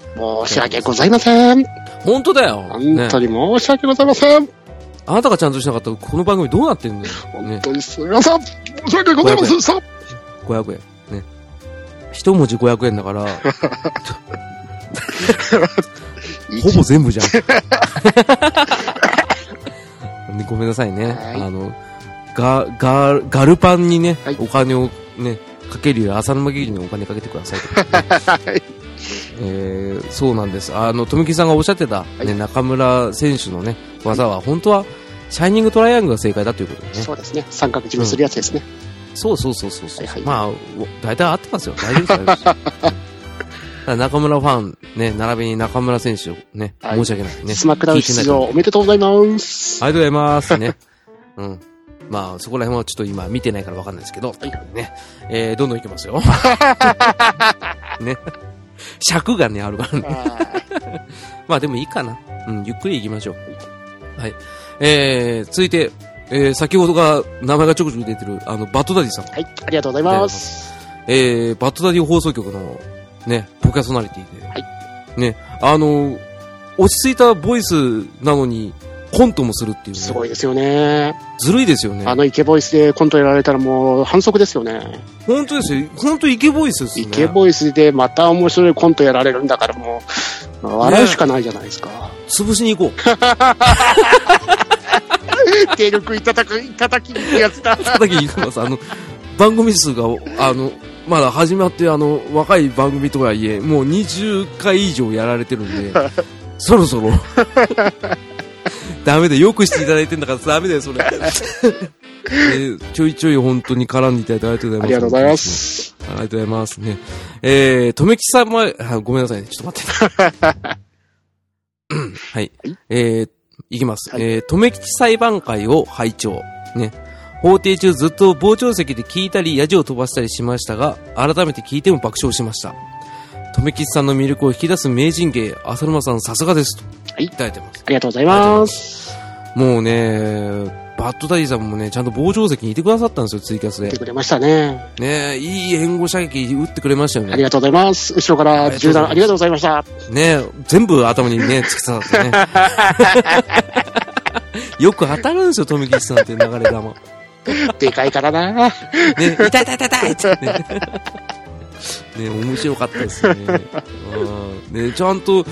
[SPEAKER 2] 申し訳ございません。
[SPEAKER 1] 本当だよ。
[SPEAKER 2] 本当
[SPEAKER 1] ね、
[SPEAKER 2] に申し訳ございません。
[SPEAKER 1] あなたがちゃんとしなかったら、この番組どうなってんのよ。
[SPEAKER 2] 本
[SPEAKER 1] ね、
[SPEAKER 2] 当にすみません。申し訳ございませんでした。
[SPEAKER 1] 500円。ね。一文字500円だ
[SPEAKER 2] <laughs>
[SPEAKER 1] から、ほぼ全部
[SPEAKER 2] <laughs>
[SPEAKER 1] じゃん。ねごめんなさいね。
[SPEAKER 2] はい
[SPEAKER 1] あの、ガ、ガ、ガルパンにね、
[SPEAKER 2] はい
[SPEAKER 1] お金をね、かけるより浅沼劇場にお金かけてくださいとか、
[SPEAKER 2] はい
[SPEAKER 1] <laughs> えーそうなんです。あの、富木さんがおっしゃってた、ね
[SPEAKER 2] はい
[SPEAKER 1] 中村選手のね、技は、本当は、シャイニングトライアングルが正解だということでね。
[SPEAKER 2] そうですね。三角締めするやつですね。
[SPEAKER 1] そうそうそうそうそう、
[SPEAKER 2] はいはい
[SPEAKER 1] まあ、お大体合ってますよ。大丈
[SPEAKER 2] <laughs>
[SPEAKER 1] 夫です。大丈夫ですうんただ中村ファン、ね、並びに中村選手をね、
[SPEAKER 2] はい
[SPEAKER 1] 申し訳ないね。
[SPEAKER 2] スマックダウン
[SPEAKER 1] 聞いてない
[SPEAKER 2] 出場おめでとうございます。
[SPEAKER 1] ありがとうございます
[SPEAKER 2] <laughs>
[SPEAKER 1] ね。うん。まあ、そこら辺はちょっと今見てないからわかんないですけど、ね。えー、どんどんいきます
[SPEAKER 2] <laughs>
[SPEAKER 1] よ。ね。尺がね、あるからね。
[SPEAKER 2] あ
[SPEAKER 1] まあでもいいかな。うん、ゆっくりいきましょう。はい。えー、続いて、えー、先ほどが、名前がちょくちょく出てる、あの、バットダディさん。
[SPEAKER 2] ーはい、ありがとうございます。
[SPEAKER 1] えー、バットダディ放送局の、ね、ポケソナリティで。
[SPEAKER 2] はい
[SPEAKER 1] ね、あの、落ち着いたボイスなのに、コントもするっていう、ね。
[SPEAKER 2] すごいですよね。
[SPEAKER 1] ずるいですよね。
[SPEAKER 2] あのイケボイスでコントやられたらもう反則ですよね。
[SPEAKER 1] 本当ですよ。本当イケボイスですね。
[SPEAKER 2] イケボイスでまた面白いコントやられるんだからもう、笑うしかないじゃないですか。
[SPEAKER 1] 潰しに行こう。
[SPEAKER 2] 手力いただく、いただきってやつだ。
[SPEAKER 1] 叩きに行きます。あの、番組数が、あの、まだ始まってあの若い番組とはいえもう20回以上やられてるんでそろそろダメだよくしていただいてんだからダメだよそれえーちょいちょい本当に絡んでいただいてありがとうございます
[SPEAKER 2] ありがとうございます。
[SPEAKER 1] ありがとうございますね。えー、とめきさんま、あごめんなさいね。ちょっと待って。 <coughs> うんはい。えー、いきます。
[SPEAKER 2] はい
[SPEAKER 1] えー、とめきち裁判会を拝聴。ね。法廷中ずっと傍聴席で聞いたり、ヤジを飛ばしたりしましたが、改めて聞いても爆笑しました。とめきちさんの魅力を引き出す名人芸、浅沼さんさすがです。と。
[SPEAKER 2] はい
[SPEAKER 1] ただいてます。
[SPEAKER 2] ありがとうございます。
[SPEAKER 1] もうね、バッドダディさんもね、ちゃんと傍聴席にいてくださったんですよ、ツイキャスで
[SPEAKER 2] 来て。くれましたね。
[SPEAKER 1] ねいい援護射撃打ってくれましたよね
[SPEAKER 2] あり。がとうございます。後ろから銃弾
[SPEAKER 1] あ
[SPEAKER 2] あ
[SPEAKER 1] り
[SPEAKER 2] り
[SPEAKER 1] が
[SPEAKER 2] がとうございました。
[SPEAKER 1] ね全部頭にね、突き刺さって <laughs> ね。よく当たるんですよ、富吉さんっていう流れ玉。ね、
[SPEAKER 2] でかいからな。
[SPEAKER 1] 痛い痛い痛い痛いってね。ね、面白かったですね。うんね、ちゃんと、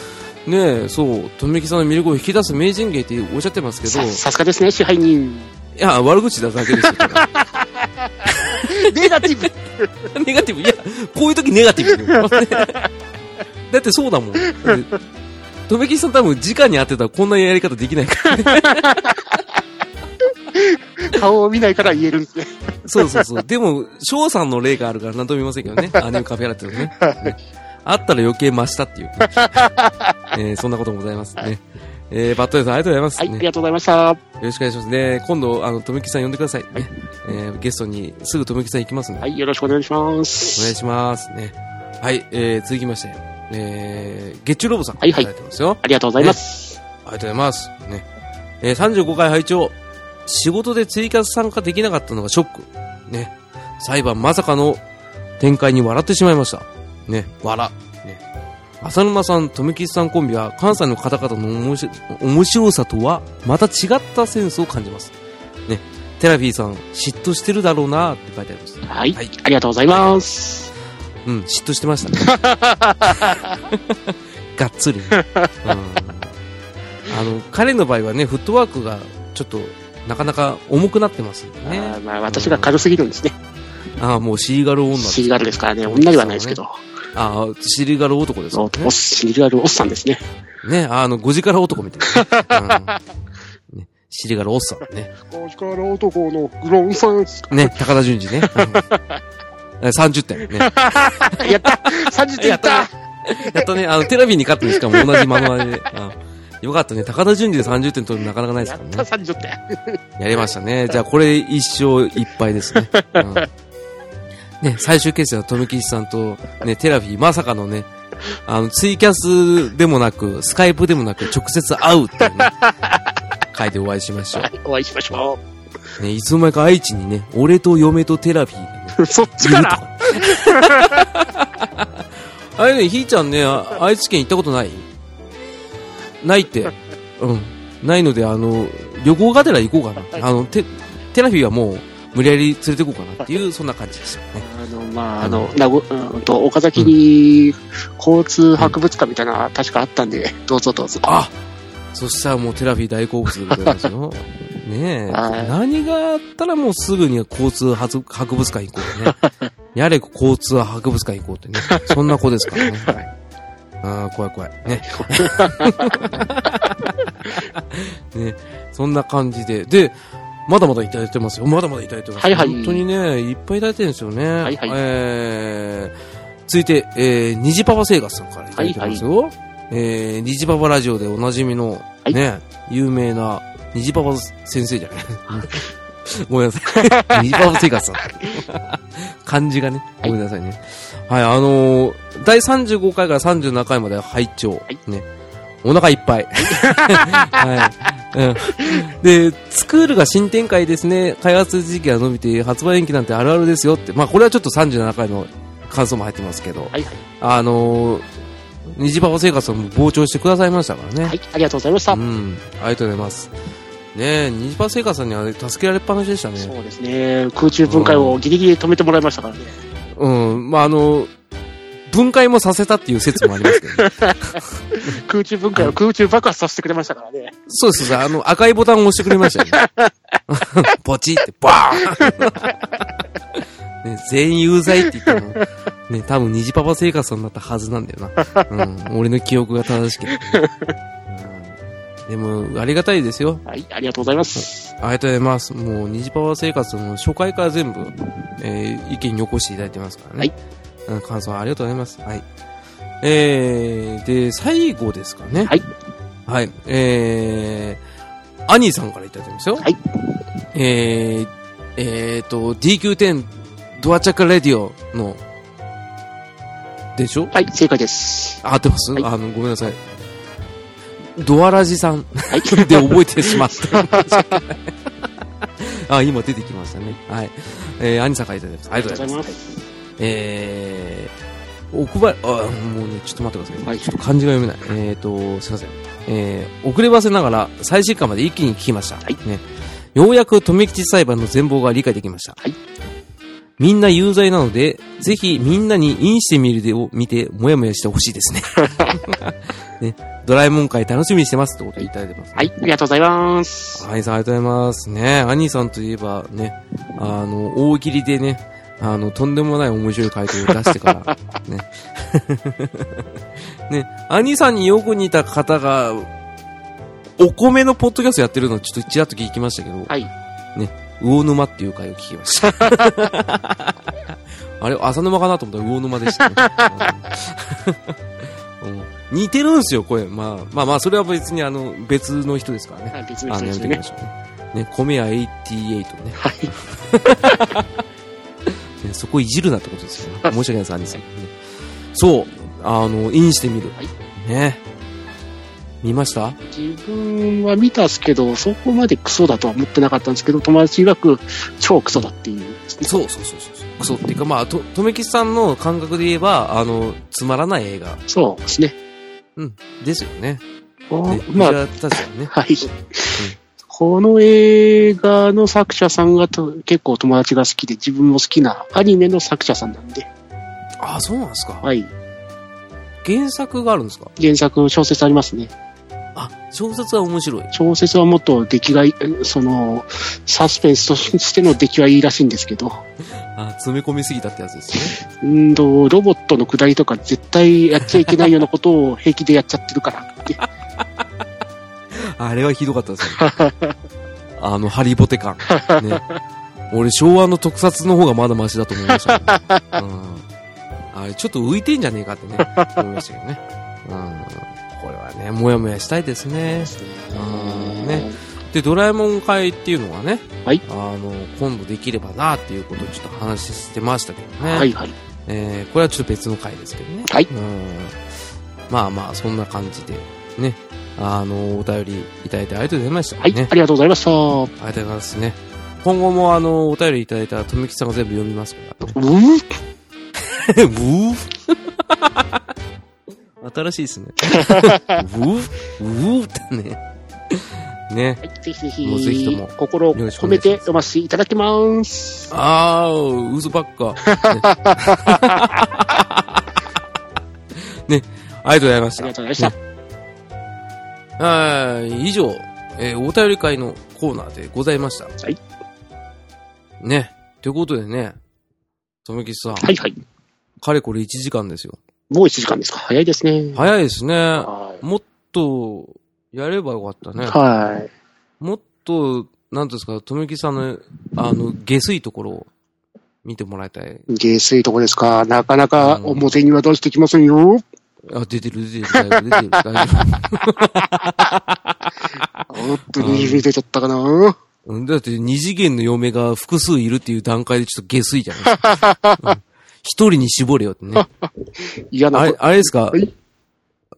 [SPEAKER 1] ね、そう、富吉さんの魅力を引き出す名人芸っておっしゃってます <laughs> けど、
[SPEAKER 2] ささすがですね、支配人。
[SPEAKER 1] いや、悪口だだけですよ。
[SPEAKER 2] <laughs> ネガティ
[SPEAKER 1] <laughs>
[SPEAKER 2] ブ。
[SPEAKER 1] ネガティブ、いや、こういう時ネガティブに思う <laughs> だってそうだもん。だってとめきちさん多分直に当てたらこんなやり方できないから。
[SPEAKER 2] 顔を見ないから言えるんですね。
[SPEAKER 1] そうそう <laughs> そう。でも、翔さんの例があるから何とも言いませんけ
[SPEAKER 2] <laughs>
[SPEAKER 1] どね。アネムカフェラテのね。ねあったら余計増したって
[SPEAKER 2] <laughs>
[SPEAKER 1] いう、えーそんなこともございますね。えー、バッドレさんありがとうございます、
[SPEAKER 2] はい、
[SPEAKER 1] ね
[SPEAKER 2] ありがとうございました。
[SPEAKER 1] よろしくお願いします。で、今度、あの、とめきちさん呼んでください。ね。えーゲストにすぐとめきちさん行きますんで。
[SPEAKER 2] はい、よろしくお願いしま
[SPEAKER 1] お願い
[SPEAKER 2] す。
[SPEAKER 1] します。ね。はい、えー、続きまして、えー、月中ロボさん。
[SPEAKER 2] はいはい
[SPEAKER 1] いただいてますよ。
[SPEAKER 2] ありがとうございます。
[SPEAKER 1] ありがとうございます。ね。えー35回拝聴仕事で追加参加できなかったのがショック。ね。裁判まさかの展開に笑ってしまいました。ね。笑。ね。浅沼さん、富吉さんコンビは関西の方々の面白面白さとはまた違ったセンスを感じます。ね。テラフィーさん、嫉妬してるだろうなって書いてあります。
[SPEAKER 2] はい、
[SPEAKER 1] はい
[SPEAKER 2] ありがとうございます。
[SPEAKER 1] うん、嫉妬してましたね。
[SPEAKER 2] <laughs>
[SPEAKER 1] がっつりね、うん。あの、彼の場合はね、フットワークがちょっと、なかなか重くなってますんでね。
[SPEAKER 2] あーまあ、私が軽すぎるんですね。
[SPEAKER 1] ああ、もうシリガル女です
[SPEAKER 2] シリガルですからね、女ではないですけど。
[SPEAKER 1] ああ、シリガル男です
[SPEAKER 2] お
[SPEAKER 1] よ
[SPEAKER 2] おシリガルおっさんですね。
[SPEAKER 1] ね。ね、あの、5時から男みたいなね、うんね。シリガルおっさんね。
[SPEAKER 2] おシリガル男のグロンさん。
[SPEAKER 1] ね、高田純次ね。うん30点ね。
[SPEAKER 2] <laughs> やった30点いった
[SPEAKER 1] やっとね、あの、テラビに勝ったんですかも同じまのまで。あよかったね。高田純次で30点取るのなかなかないです
[SPEAKER 2] や
[SPEAKER 1] から
[SPEAKER 2] っ
[SPEAKER 1] ね
[SPEAKER 2] た。30点。
[SPEAKER 1] やりましたね。じゃあ、これ一生いっぱい <laughs> ですね。うん、ね、最終決戦は富吉さんと、ね、テラフィー、まさかのね、あの、ツイキャスでもなく、スカイプでもなく、直接会うっていう <laughs> ね、回でお会いしましょ
[SPEAKER 2] はい、お会いしましょ
[SPEAKER 1] う。ね、いつの間にか愛知にね、俺と嫁とテラフィーがね、
[SPEAKER 2] う。そっ
[SPEAKER 1] い
[SPEAKER 2] ち
[SPEAKER 1] ると
[SPEAKER 2] から
[SPEAKER 1] か。あれね、ひーちゃんね、あ愛知県行ったことないないって。うん。ないので、あの、旅行がてら行こうかな。あの、テ、テラフィーはもう、無理やり連れて行こうかなっていう、そんな感じでしたね。
[SPEAKER 2] あの、まあ、あの、名古、うんと、岡崎に交通博物館みたいな、確かあったんで、どうぞどうぞ。
[SPEAKER 1] あそしたらもうテラフィー大好物でございます
[SPEAKER 2] <laughs>
[SPEAKER 1] よ。ねえ。
[SPEAKER 2] はい
[SPEAKER 1] 何があったらもうすぐに交通博博物館行こうね。
[SPEAKER 2] <laughs>
[SPEAKER 1] やれ交通博物館行こうってね。そんな子です
[SPEAKER 2] <laughs>
[SPEAKER 1] からね。ああ、怖い怖い。ね。ね。そんな感じで。で、まだまだいただいてますよ。まだまだいただいてます。
[SPEAKER 2] はいはい
[SPEAKER 1] 本当にね、いっぱいいただいてるんですよね。
[SPEAKER 2] いはい
[SPEAKER 1] えー、続いて、えー、虹パパ生活さんからいただいてますよ。えー、虹パパラジオでおなじみの、
[SPEAKER 2] い
[SPEAKER 1] ね、有名な、虹パパ先生じゃ <laughs> ない。ごめんな <laughs> さい。虹パパ生活さん。漢字がね、
[SPEAKER 2] は
[SPEAKER 1] ご
[SPEAKER 2] い
[SPEAKER 1] めんなさいね。はい、あのー第35回から37回まで拝聴、ね。お腹いっぱい。 <laughs> はい。うん。で、スクールが新展開ですね。開発時期が伸びて、発売延期なんてあるあるですよって。まあ、これはちょっと37回の感想も入ってますけど。
[SPEAKER 2] はいはい。
[SPEAKER 1] あのー、虹パパ生活を傍聴してくださいましたからね。
[SPEAKER 2] はい、ありがとうございました。
[SPEAKER 1] うん。ありがとうございます。ねえ、虹パパ生活さんには助けられっぱなしでしたね。
[SPEAKER 2] そうですね、空中分解をギリギリ止めてもらいましたからね。
[SPEAKER 1] うん、まあ、あの、分解もさせたっていう説もありますけど、ね、
[SPEAKER 2] 空中分解を空中爆発させてくれましたからね。
[SPEAKER 1] そうですそうです、あの、赤いボタ <laughs> ンを押してくれましたよね。ポチって、バーン <laughs> ね、全員有罪って言っても、ね、多分虹パパ生活になったはずなんだよな。うん、俺の記憶が正しければね、うんでも、ありがたいですよ。
[SPEAKER 2] はい、ありがとうございます。
[SPEAKER 1] ありがとうございます。もう、虹パワー生活の初回から全部、えー、意見に起こしていただいてますからね。
[SPEAKER 2] はい
[SPEAKER 1] うん。感想ありがとうございます。はい。えー、で、最後ですかね。
[SPEAKER 2] はい。
[SPEAKER 1] はい。えー、アニーさんからいただいてますよ。
[SPEAKER 2] はい。
[SPEAKER 1] えー、えーと、DQ10 ドアチャカレディオの、でしょ
[SPEAKER 2] はい、正解です。
[SPEAKER 1] 合ってます、
[SPEAKER 2] はい
[SPEAKER 1] あの、ごめんなさい。ドアラジさん。
[SPEAKER 2] はい。
[SPEAKER 1] <laughs> で覚えてしまった。あ、 <laughs> 今出てきましたね。はい。えー、兄さんからいただきます。あ
[SPEAKER 2] あ
[SPEAKER 1] り
[SPEAKER 2] り
[SPEAKER 1] が
[SPEAKER 2] が
[SPEAKER 1] とうござ
[SPEAKER 2] とうござ
[SPEAKER 1] い
[SPEAKER 2] い
[SPEAKER 1] ま。
[SPEAKER 2] ますす。
[SPEAKER 1] えー、奥ば、あ、もうね、ちょっと待ってくださいね。
[SPEAKER 2] はい
[SPEAKER 1] ちょっと漢字が読めない。えっ、ー、と、すいません。えー、遅ればせながら最新刊まで一気に聞きました。
[SPEAKER 2] はい
[SPEAKER 1] ね。ようやく富吉裁判の全貌が理解できました。
[SPEAKER 2] はい
[SPEAKER 1] みんな有罪なので、ぜひみんなにインしてみるでを見て、もやもやしてほしい
[SPEAKER 2] <laughs>
[SPEAKER 1] ですね。ね。ドラえもん会楽しみにしてますってことでいただいてます。
[SPEAKER 2] はい、ありがとうございます。
[SPEAKER 1] アニさんありがとうございます。ねアニさんといえばね、あの、大喜利でね、あの、とんでもない面白い回答を出して
[SPEAKER 2] <laughs>
[SPEAKER 1] から、ね。 <laughs> ね、アニさんによく似た方が、お米のポッドキャストやってるのをちょっとちらっと聞きましたけど、
[SPEAKER 2] はい。
[SPEAKER 1] 魚沼っていう回を聞きました。 <laughs> あれ、浅沼かなと思ったら魚沼でしたね、 <laughs> うん似てるんすよ、声。まあ、まあまあ、それは別にあの、別の人ですからね。
[SPEAKER 2] はい別
[SPEAKER 1] あ
[SPEAKER 2] 々
[SPEAKER 1] の
[SPEAKER 2] で
[SPEAKER 1] やめ
[SPEAKER 2] す
[SPEAKER 1] てお
[SPEAKER 2] よ
[SPEAKER 1] き
[SPEAKER 2] ね
[SPEAKER 1] ま。しょうね。ね、米屋88ね。
[SPEAKER 2] はい。
[SPEAKER 1] <laughs> ねそこいじるなってことですよね。申し訳ないです、アニさん。ねそう、あの、インしてみる
[SPEAKER 2] はい。
[SPEAKER 1] ね。見ました
[SPEAKER 2] 自分は見たっすけど、そこまでクソだとは思ってなかったんですけど、友達曰く超クソだっていう。
[SPEAKER 1] そうそうそうそうそう。クソっていうか、まあ、と、とめきちさんの感覚で言えば、あの、つまらない映画。
[SPEAKER 2] そうですね。
[SPEAKER 1] うん。ですよね。
[SPEAKER 2] こ
[SPEAKER 1] ね
[SPEAKER 2] うま
[SPEAKER 1] 藤原
[SPEAKER 2] あ、
[SPEAKER 1] 竜也ね。
[SPEAKER 2] はい。この映画の作者さんがと結構友達が好きで、自分も好きなアニメの作者さんなんで、
[SPEAKER 1] あ、そうなんですか。
[SPEAKER 2] はい。
[SPEAKER 1] 原作があるんですか
[SPEAKER 2] 原作、小説ありますね。
[SPEAKER 1] あ、小説は面白い。
[SPEAKER 2] 小説はもっと出来がいい、その、サスペンスとしての出来はいいらしいんですけど、
[SPEAKER 1] あ、詰め込みすぎたってやつですね。
[SPEAKER 2] うんと、ロボットの下りとか絶対やっちゃいけないようなことを平気でやっちゃってるからって。
[SPEAKER 1] あれはひどかったですね。 <laughs> あの、ハリボテ感。ね。俺、昭和の特撮の方がまだマシだと思いましたけど、うん。あれ、ちょっと浮いてんじゃねえかってね、思いましたけどね。うん。これはね、もやもやしたいですね。うんねで、ドラえもん会っていうのはね、
[SPEAKER 2] はい
[SPEAKER 1] あの、今度できればなっていうことをちょっと話してましたけどね。
[SPEAKER 2] はいはい。
[SPEAKER 1] えーこれはちょっと別の回ですけどね。
[SPEAKER 2] はい
[SPEAKER 1] うん。まあまあ、そんな感じで、ね。あの、お便りいただいてありがとうございました。
[SPEAKER 2] はい、
[SPEAKER 1] ね。
[SPEAKER 2] ありがとうございました。う
[SPEAKER 1] ありがとうございますね。今後もあの、お便りいただいたら、とめきさんが全部読みますから。
[SPEAKER 2] ん
[SPEAKER 1] ブー <laughs> 新しい <laughs> ですね。ブーブーってね。ね。
[SPEAKER 2] はい、ぜひぜ
[SPEAKER 1] もうぜひと
[SPEAKER 2] ひ
[SPEAKER 1] も、
[SPEAKER 2] 心を
[SPEAKER 1] よろしくお
[SPEAKER 2] 込
[SPEAKER 1] 願いします
[SPEAKER 2] めて読ませていただきます。
[SPEAKER 1] あー、嘘ばっか。ね <laughs> ね。ありがとうございました
[SPEAKER 2] ありが。とうございまし
[SPEAKER 1] はい、以上、えーお便り会のコーナーでございました。
[SPEAKER 2] はい。
[SPEAKER 1] ね。ということでね、とめきさん、
[SPEAKER 2] た。はいはい。
[SPEAKER 1] かれこれ1時間ですよ。
[SPEAKER 2] もう1時間ですか。早いですね。
[SPEAKER 1] 早いですね。
[SPEAKER 2] は
[SPEAKER 1] もっと、やればよかった
[SPEAKER 2] い。
[SPEAKER 1] ね。
[SPEAKER 2] はい。
[SPEAKER 1] もっと、なんていうんですか、とめきさんの、あの、下水ところを見てもらいたい。
[SPEAKER 2] 下水とこですか。なかなか
[SPEAKER 1] うん
[SPEAKER 2] 表には出してきませんよ。
[SPEAKER 1] あ、出てる、出てる、だいぶ出てる、だいぶ。
[SPEAKER 2] <laughs> おっと、にじみ出ちゃったかな。
[SPEAKER 1] うんだって二次元の嫁が複数いるっていう段階でちょっと下水じゃないですか。
[SPEAKER 2] <laughs>
[SPEAKER 1] うん一人に絞れよってね。
[SPEAKER 2] 嫌
[SPEAKER 1] あ
[SPEAKER 2] な <laughs>
[SPEAKER 1] れ
[SPEAKER 2] こ、
[SPEAKER 1] あれですか、
[SPEAKER 2] はい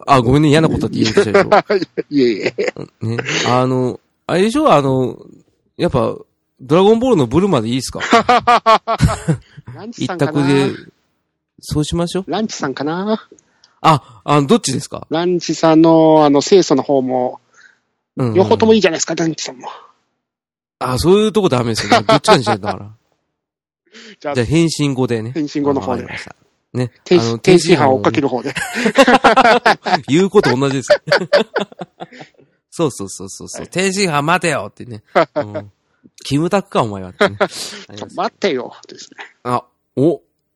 [SPEAKER 1] あ、ごめんね、嫌なことって言おうとしたで
[SPEAKER 2] <laughs>
[SPEAKER 1] し
[SPEAKER 2] と。いえいえ。
[SPEAKER 1] ょ。ね。あの、あれでしょあの、やっぱ、ドラゴンボールのブルマでいい
[SPEAKER 2] <laughs>
[SPEAKER 1] ですか
[SPEAKER 2] ランチ
[SPEAKER 1] 一
[SPEAKER 2] さんか
[SPEAKER 1] 択
[SPEAKER 2] な。
[SPEAKER 1] で、そうしましょう。
[SPEAKER 2] ランチさんかな。
[SPEAKER 1] あ、あの、どっちですか
[SPEAKER 2] ランチさんの、あの、清楚の方も、
[SPEAKER 1] うん。
[SPEAKER 2] 両方ともいいじゃないですか、ランチさんも。
[SPEAKER 1] あ、そういうとこダメ
[SPEAKER 2] <laughs>
[SPEAKER 1] ですよね。どっちかにしないとだから。
[SPEAKER 2] じゃあ
[SPEAKER 1] じゃあ、、返信後でね。
[SPEAKER 2] 返信後の方で
[SPEAKER 1] わかりました。ね。
[SPEAKER 2] 天
[SPEAKER 1] あの
[SPEAKER 2] 津天津飯を追っかけ
[SPEAKER 1] る。
[SPEAKER 2] る方で。
[SPEAKER 1] 言うこと同じです。 <laughs> そうそうそうそうそう。天津飯待てよ
[SPEAKER 2] <laughs>
[SPEAKER 1] ってね。うん、キムタクか、お前はってね。あります
[SPEAKER 2] 待ってよ。ですね。
[SPEAKER 1] あ、お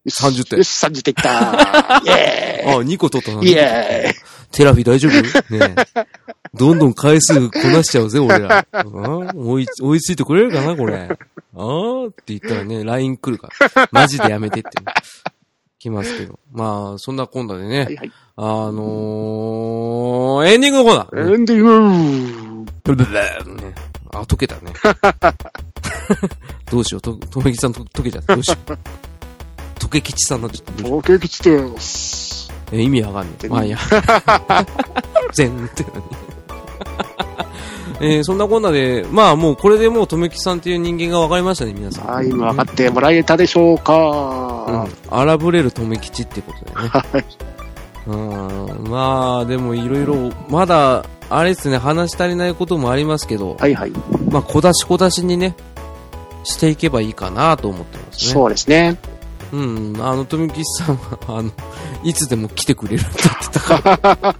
[SPEAKER 2] よし
[SPEAKER 1] 30点
[SPEAKER 2] よし、30点き <laughs> た。イェー
[SPEAKER 1] あ、2個取ったな。
[SPEAKER 2] イイェーイ
[SPEAKER 1] テラフィ大丈夫ねえ。どんどん回数こなしちゃうぜ、俺ら。うん追い、追いついてくれるかな、これ。あーって言ったらね、LINE 来るから。マジでやめてって。来ますけど。まあ、そんな今度でね。
[SPEAKER 2] はいはい。
[SPEAKER 1] あのー、エンディングのコーナー。
[SPEAKER 2] エンディング
[SPEAKER 1] ブルブルブルねあ、溶けた
[SPEAKER 2] <laughs>
[SPEAKER 1] ね。どうしよう、と、とめきさんと溶けちゃった。どうしよう。溶け吉さんになっちゃった。
[SPEAKER 2] ボケ吉です。
[SPEAKER 1] え、意味わかんねえ。まあい
[SPEAKER 2] <laughs>
[SPEAKER 1] いや。全って何えーそんなこんなで、まあもうこれでもう、とめきさんっていう人間がわかりましたね、皆さん。
[SPEAKER 2] はい、今分かってもらえたでしょうか、
[SPEAKER 1] うん。荒ぶれるとめきちってことだよね。
[SPEAKER 2] はい。
[SPEAKER 1] うん。まあ、でもいろいろ、まだ、あれですね、話し足りないこともありますけど、
[SPEAKER 2] はいはい。
[SPEAKER 1] まあ、小出し小出しにね、していけばいいかなと思ってますね。
[SPEAKER 2] そうですね。
[SPEAKER 1] うん、あの、富吉さんは、あの、いつでも来てくれるって言ってたから、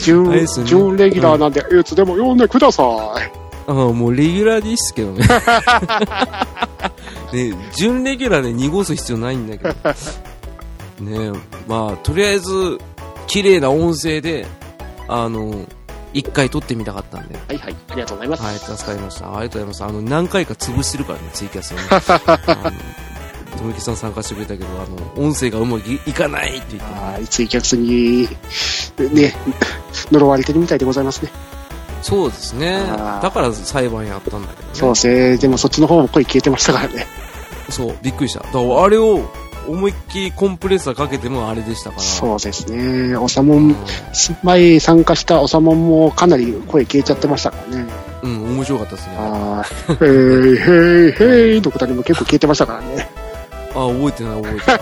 [SPEAKER 2] 準、
[SPEAKER 1] あれですね
[SPEAKER 2] 準レギュラーなんで、いつでも呼んでください。
[SPEAKER 1] あもうレギュラーでいいっすけどね。 <laughs> ね、準レギュラーで濁す必要ないんだけど。ねまあ、とりあえず、綺麗な音声で、あの、一回撮ってみたかったんで。
[SPEAKER 2] はいはい。ありがとうございます。
[SPEAKER 1] はい、助かりました。ありがとうございます。あの、何回か潰してるからね、ツイキャスをね。あの、とめきさん参加してくれたけど、あの、音声がうまくいいかないって言って、
[SPEAKER 2] はい、ツイキャスに、ね、呪われてるみたいでございますね。
[SPEAKER 1] そうですね
[SPEAKER 2] あ。ー
[SPEAKER 1] だから裁判やったんだけどね。
[SPEAKER 2] そうですね。でもそっちの方も声消えてましたからね。
[SPEAKER 1] そう、びっくりした。だからあれを思いっきりコンプレッサーかけてもあれでしたから。
[SPEAKER 2] そうですね。おさも
[SPEAKER 1] うん
[SPEAKER 2] ん、前参加したおさもんもかなり声消えちゃってましたからね。
[SPEAKER 1] うん、面白かったですね。あ
[SPEAKER 2] ああ、へいへいへいのくだりも結構消えてましたからね。
[SPEAKER 1] 覚えてない <laughs> 覚えてない、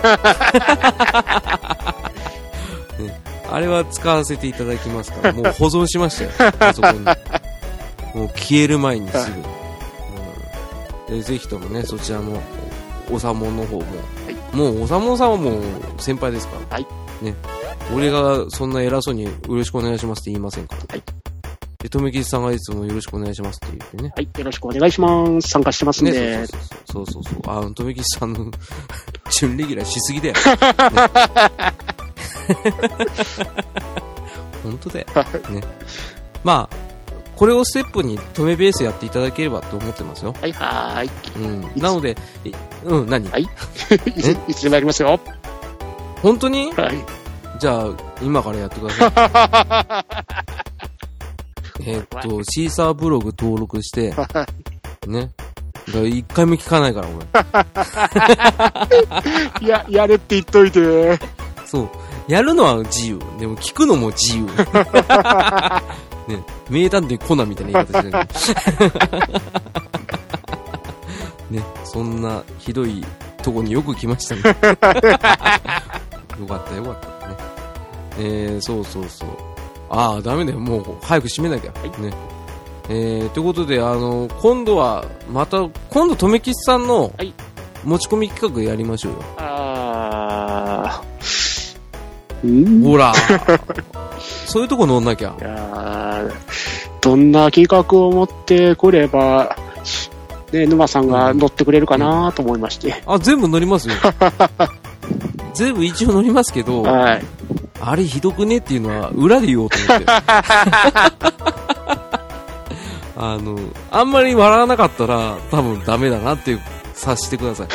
[SPEAKER 1] ね。あれは使わせていただきます
[SPEAKER 2] <laughs>
[SPEAKER 1] から、もう保存しましたよ。パソコンに。もう消える前にすぐ。うん、でぜひともね、そちらも、おさもんの方も。もうおさもんさんはもう先輩ですから。
[SPEAKER 2] はい
[SPEAKER 1] ね。俺がそんな偉そうによろしくお願いしますって言いませんから。
[SPEAKER 2] はい
[SPEAKER 1] で、とめきさんがいつもよろしくお願いしますって言ってね。
[SPEAKER 2] はい、よろしくお願いします。参加してますんで。
[SPEAKER 1] ね、そうそうそうそうそうそう。あの、とめきさんの、 <laughs> 準レギュラーしすぎだよ。ね <laughs> 本当だよ。ね。まあ、これをステップに、とめベースやっていただければと思ってますよ。
[SPEAKER 2] はいはーい。
[SPEAKER 1] うん。なので、いうん、何
[SPEAKER 2] はいいついつでもやりますよ。
[SPEAKER 1] 本当に
[SPEAKER 2] はい。
[SPEAKER 1] じゃあ、今からやってください。
[SPEAKER 2] <laughs>
[SPEAKER 1] えーっと、シーサーブログ登録して、ね。だから一回も聞かないから、俺。
[SPEAKER 2] いや、やれって言っといて。
[SPEAKER 1] そう。やるのは自由。でも聞くのも自
[SPEAKER 2] <laughs>
[SPEAKER 1] 由。ね、名探偵コナンみたいな言い方してるけど。
[SPEAKER 2] <laughs>
[SPEAKER 1] ね、そんなひどいとこによく来ましたね。よかったよかった。ね。えー、そうそうそう。ああ、ダメだよ。もう早く閉めなきゃ。ね。えー、ということで、あの、今度は、また、今度、とめきちさんの
[SPEAKER 2] はい、
[SPEAKER 1] 持ち込み企画やりましょうよ。
[SPEAKER 2] あー。んい
[SPEAKER 1] ほら。 <laughs> そういうとこ乗んなきゃ。
[SPEAKER 2] やーどんな計画を持ってくれば、ね、沼さんが乗ってくれるかなと思いまして。
[SPEAKER 1] あ、全部乗ります
[SPEAKER 2] <laughs>
[SPEAKER 1] よ。全部一応乗りますけど、
[SPEAKER 2] はい。
[SPEAKER 1] あれひどくねっていうのは裏で言おうと思
[SPEAKER 2] <laughs>
[SPEAKER 1] って。あの、あんまり笑わなかったら多分ダメだなっていう察してくだ
[SPEAKER 2] <laughs>
[SPEAKER 1] さい。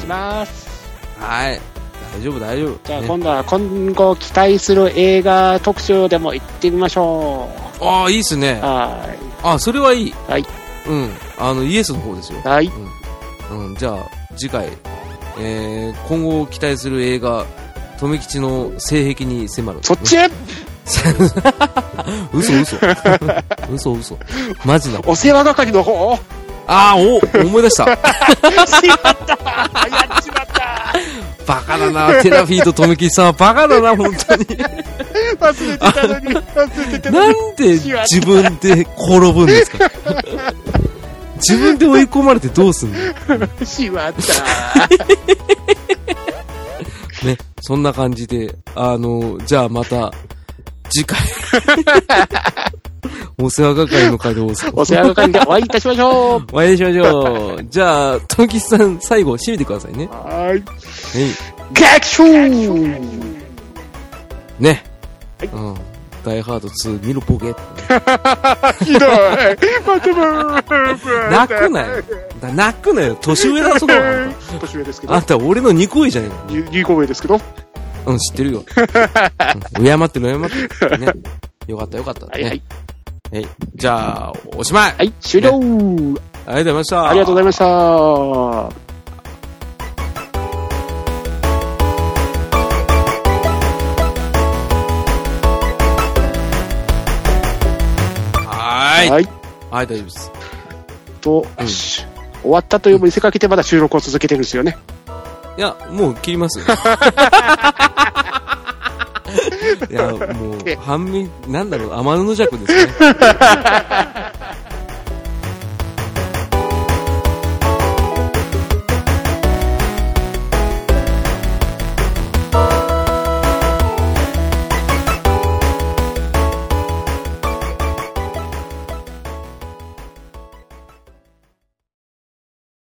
[SPEAKER 2] します。
[SPEAKER 1] はい。大丈夫大丈夫。
[SPEAKER 2] じゃあ
[SPEAKER 1] ね
[SPEAKER 2] 今度は今後期待する映画特集でも行ってみましょ
[SPEAKER 1] ああ、いいっす
[SPEAKER 2] う。
[SPEAKER 1] ね。
[SPEAKER 2] は
[SPEAKER 1] あ、それはいい。
[SPEAKER 2] はい。
[SPEAKER 1] うん。あの、イエスの方ですよ
[SPEAKER 2] い。。はい。
[SPEAKER 1] うん、じゃあ次回、えー、今後期待する映画「留吉の性癖に迫る」
[SPEAKER 2] そっちへ
[SPEAKER 1] 嘘嘘 <laughs> 嘘嘘マジな
[SPEAKER 2] お世話係の方
[SPEAKER 1] ああお思い出した
[SPEAKER 2] しまったやっちまった
[SPEAKER 1] <laughs> バカだなテラフィーと留吉さんはバカだな本 <laughs> 当に
[SPEAKER 2] 忘れてたのに、忘れてたのに。
[SPEAKER 1] なんで自分で転ぶんですか <laughs> 自分で追い込まれてどうすんの
[SPEAKER 2] しまった。
[SPEAKER 1] ね、そんな感じで、あの、じゃあまた、次回。 <laughs> お世話係の稼働さん。
[SPEAKER 2] お世話係でお会いいたしましょう。
[SPEAKER 1] お会いしましょう。 <laughs> じゃあ、トンキスさん、最後、締めてくださいね。は
[SPEAKER 2] はーい。
[SPEAKER 1] い。
[SPEAKER 2] 学習は
[SPEAKER 1] ね。
[SPEAKER 2] はい
[SPEAKER 1] うん。ダイハード2見るボケ。
[SPEAKER 2] ひどい。またまー
[SPEAKER 1] 泣くなよ。だ泣くなよ。年上だぞ。
[SPEAKER 2] <laughs>
[SPEAKER 1] あん
[SPEAKER 2] 年上ですけ
[SPEAKER 1] たあ
[SPEAKER 2] ど
[SPEAKER 1] ん。た俺の2個上じゃねえの。
[SPEAKER 2] ゆゆいこ上ですけど。
[SPEAKER 1] うん、知ってるよ。うん敬ってる、敬ってる。ね。よかった、よかった。
[SPEAKER 2] はいは
[SPEAKER 1] ね
[SPEAKER 2] い。
[SPEAKER 1] はい。じゃあ、おしまい。
[SPEAKER 2] はい、終了、
[SPEAKER 1] ありがとうございました。
[SPEAKER 2] ありがとうございました。
[SPEAKER 1] はーい。
[SPEAKER 2] はい。
[SPEAKER 1] はい、大丈夫です。
[SPEAKER 2] と、
[SPEAKER 1] うん
[SPEAKER 2] し終わったという見せかけてまだ収録を続けてるんですよね。
[SPEAKER 1] いや、もう切り
[SPEAKER 2] <laughs>
[SPEAKER 1] ますよ。いや、もう、半分、なんだろう、天の弱ですね。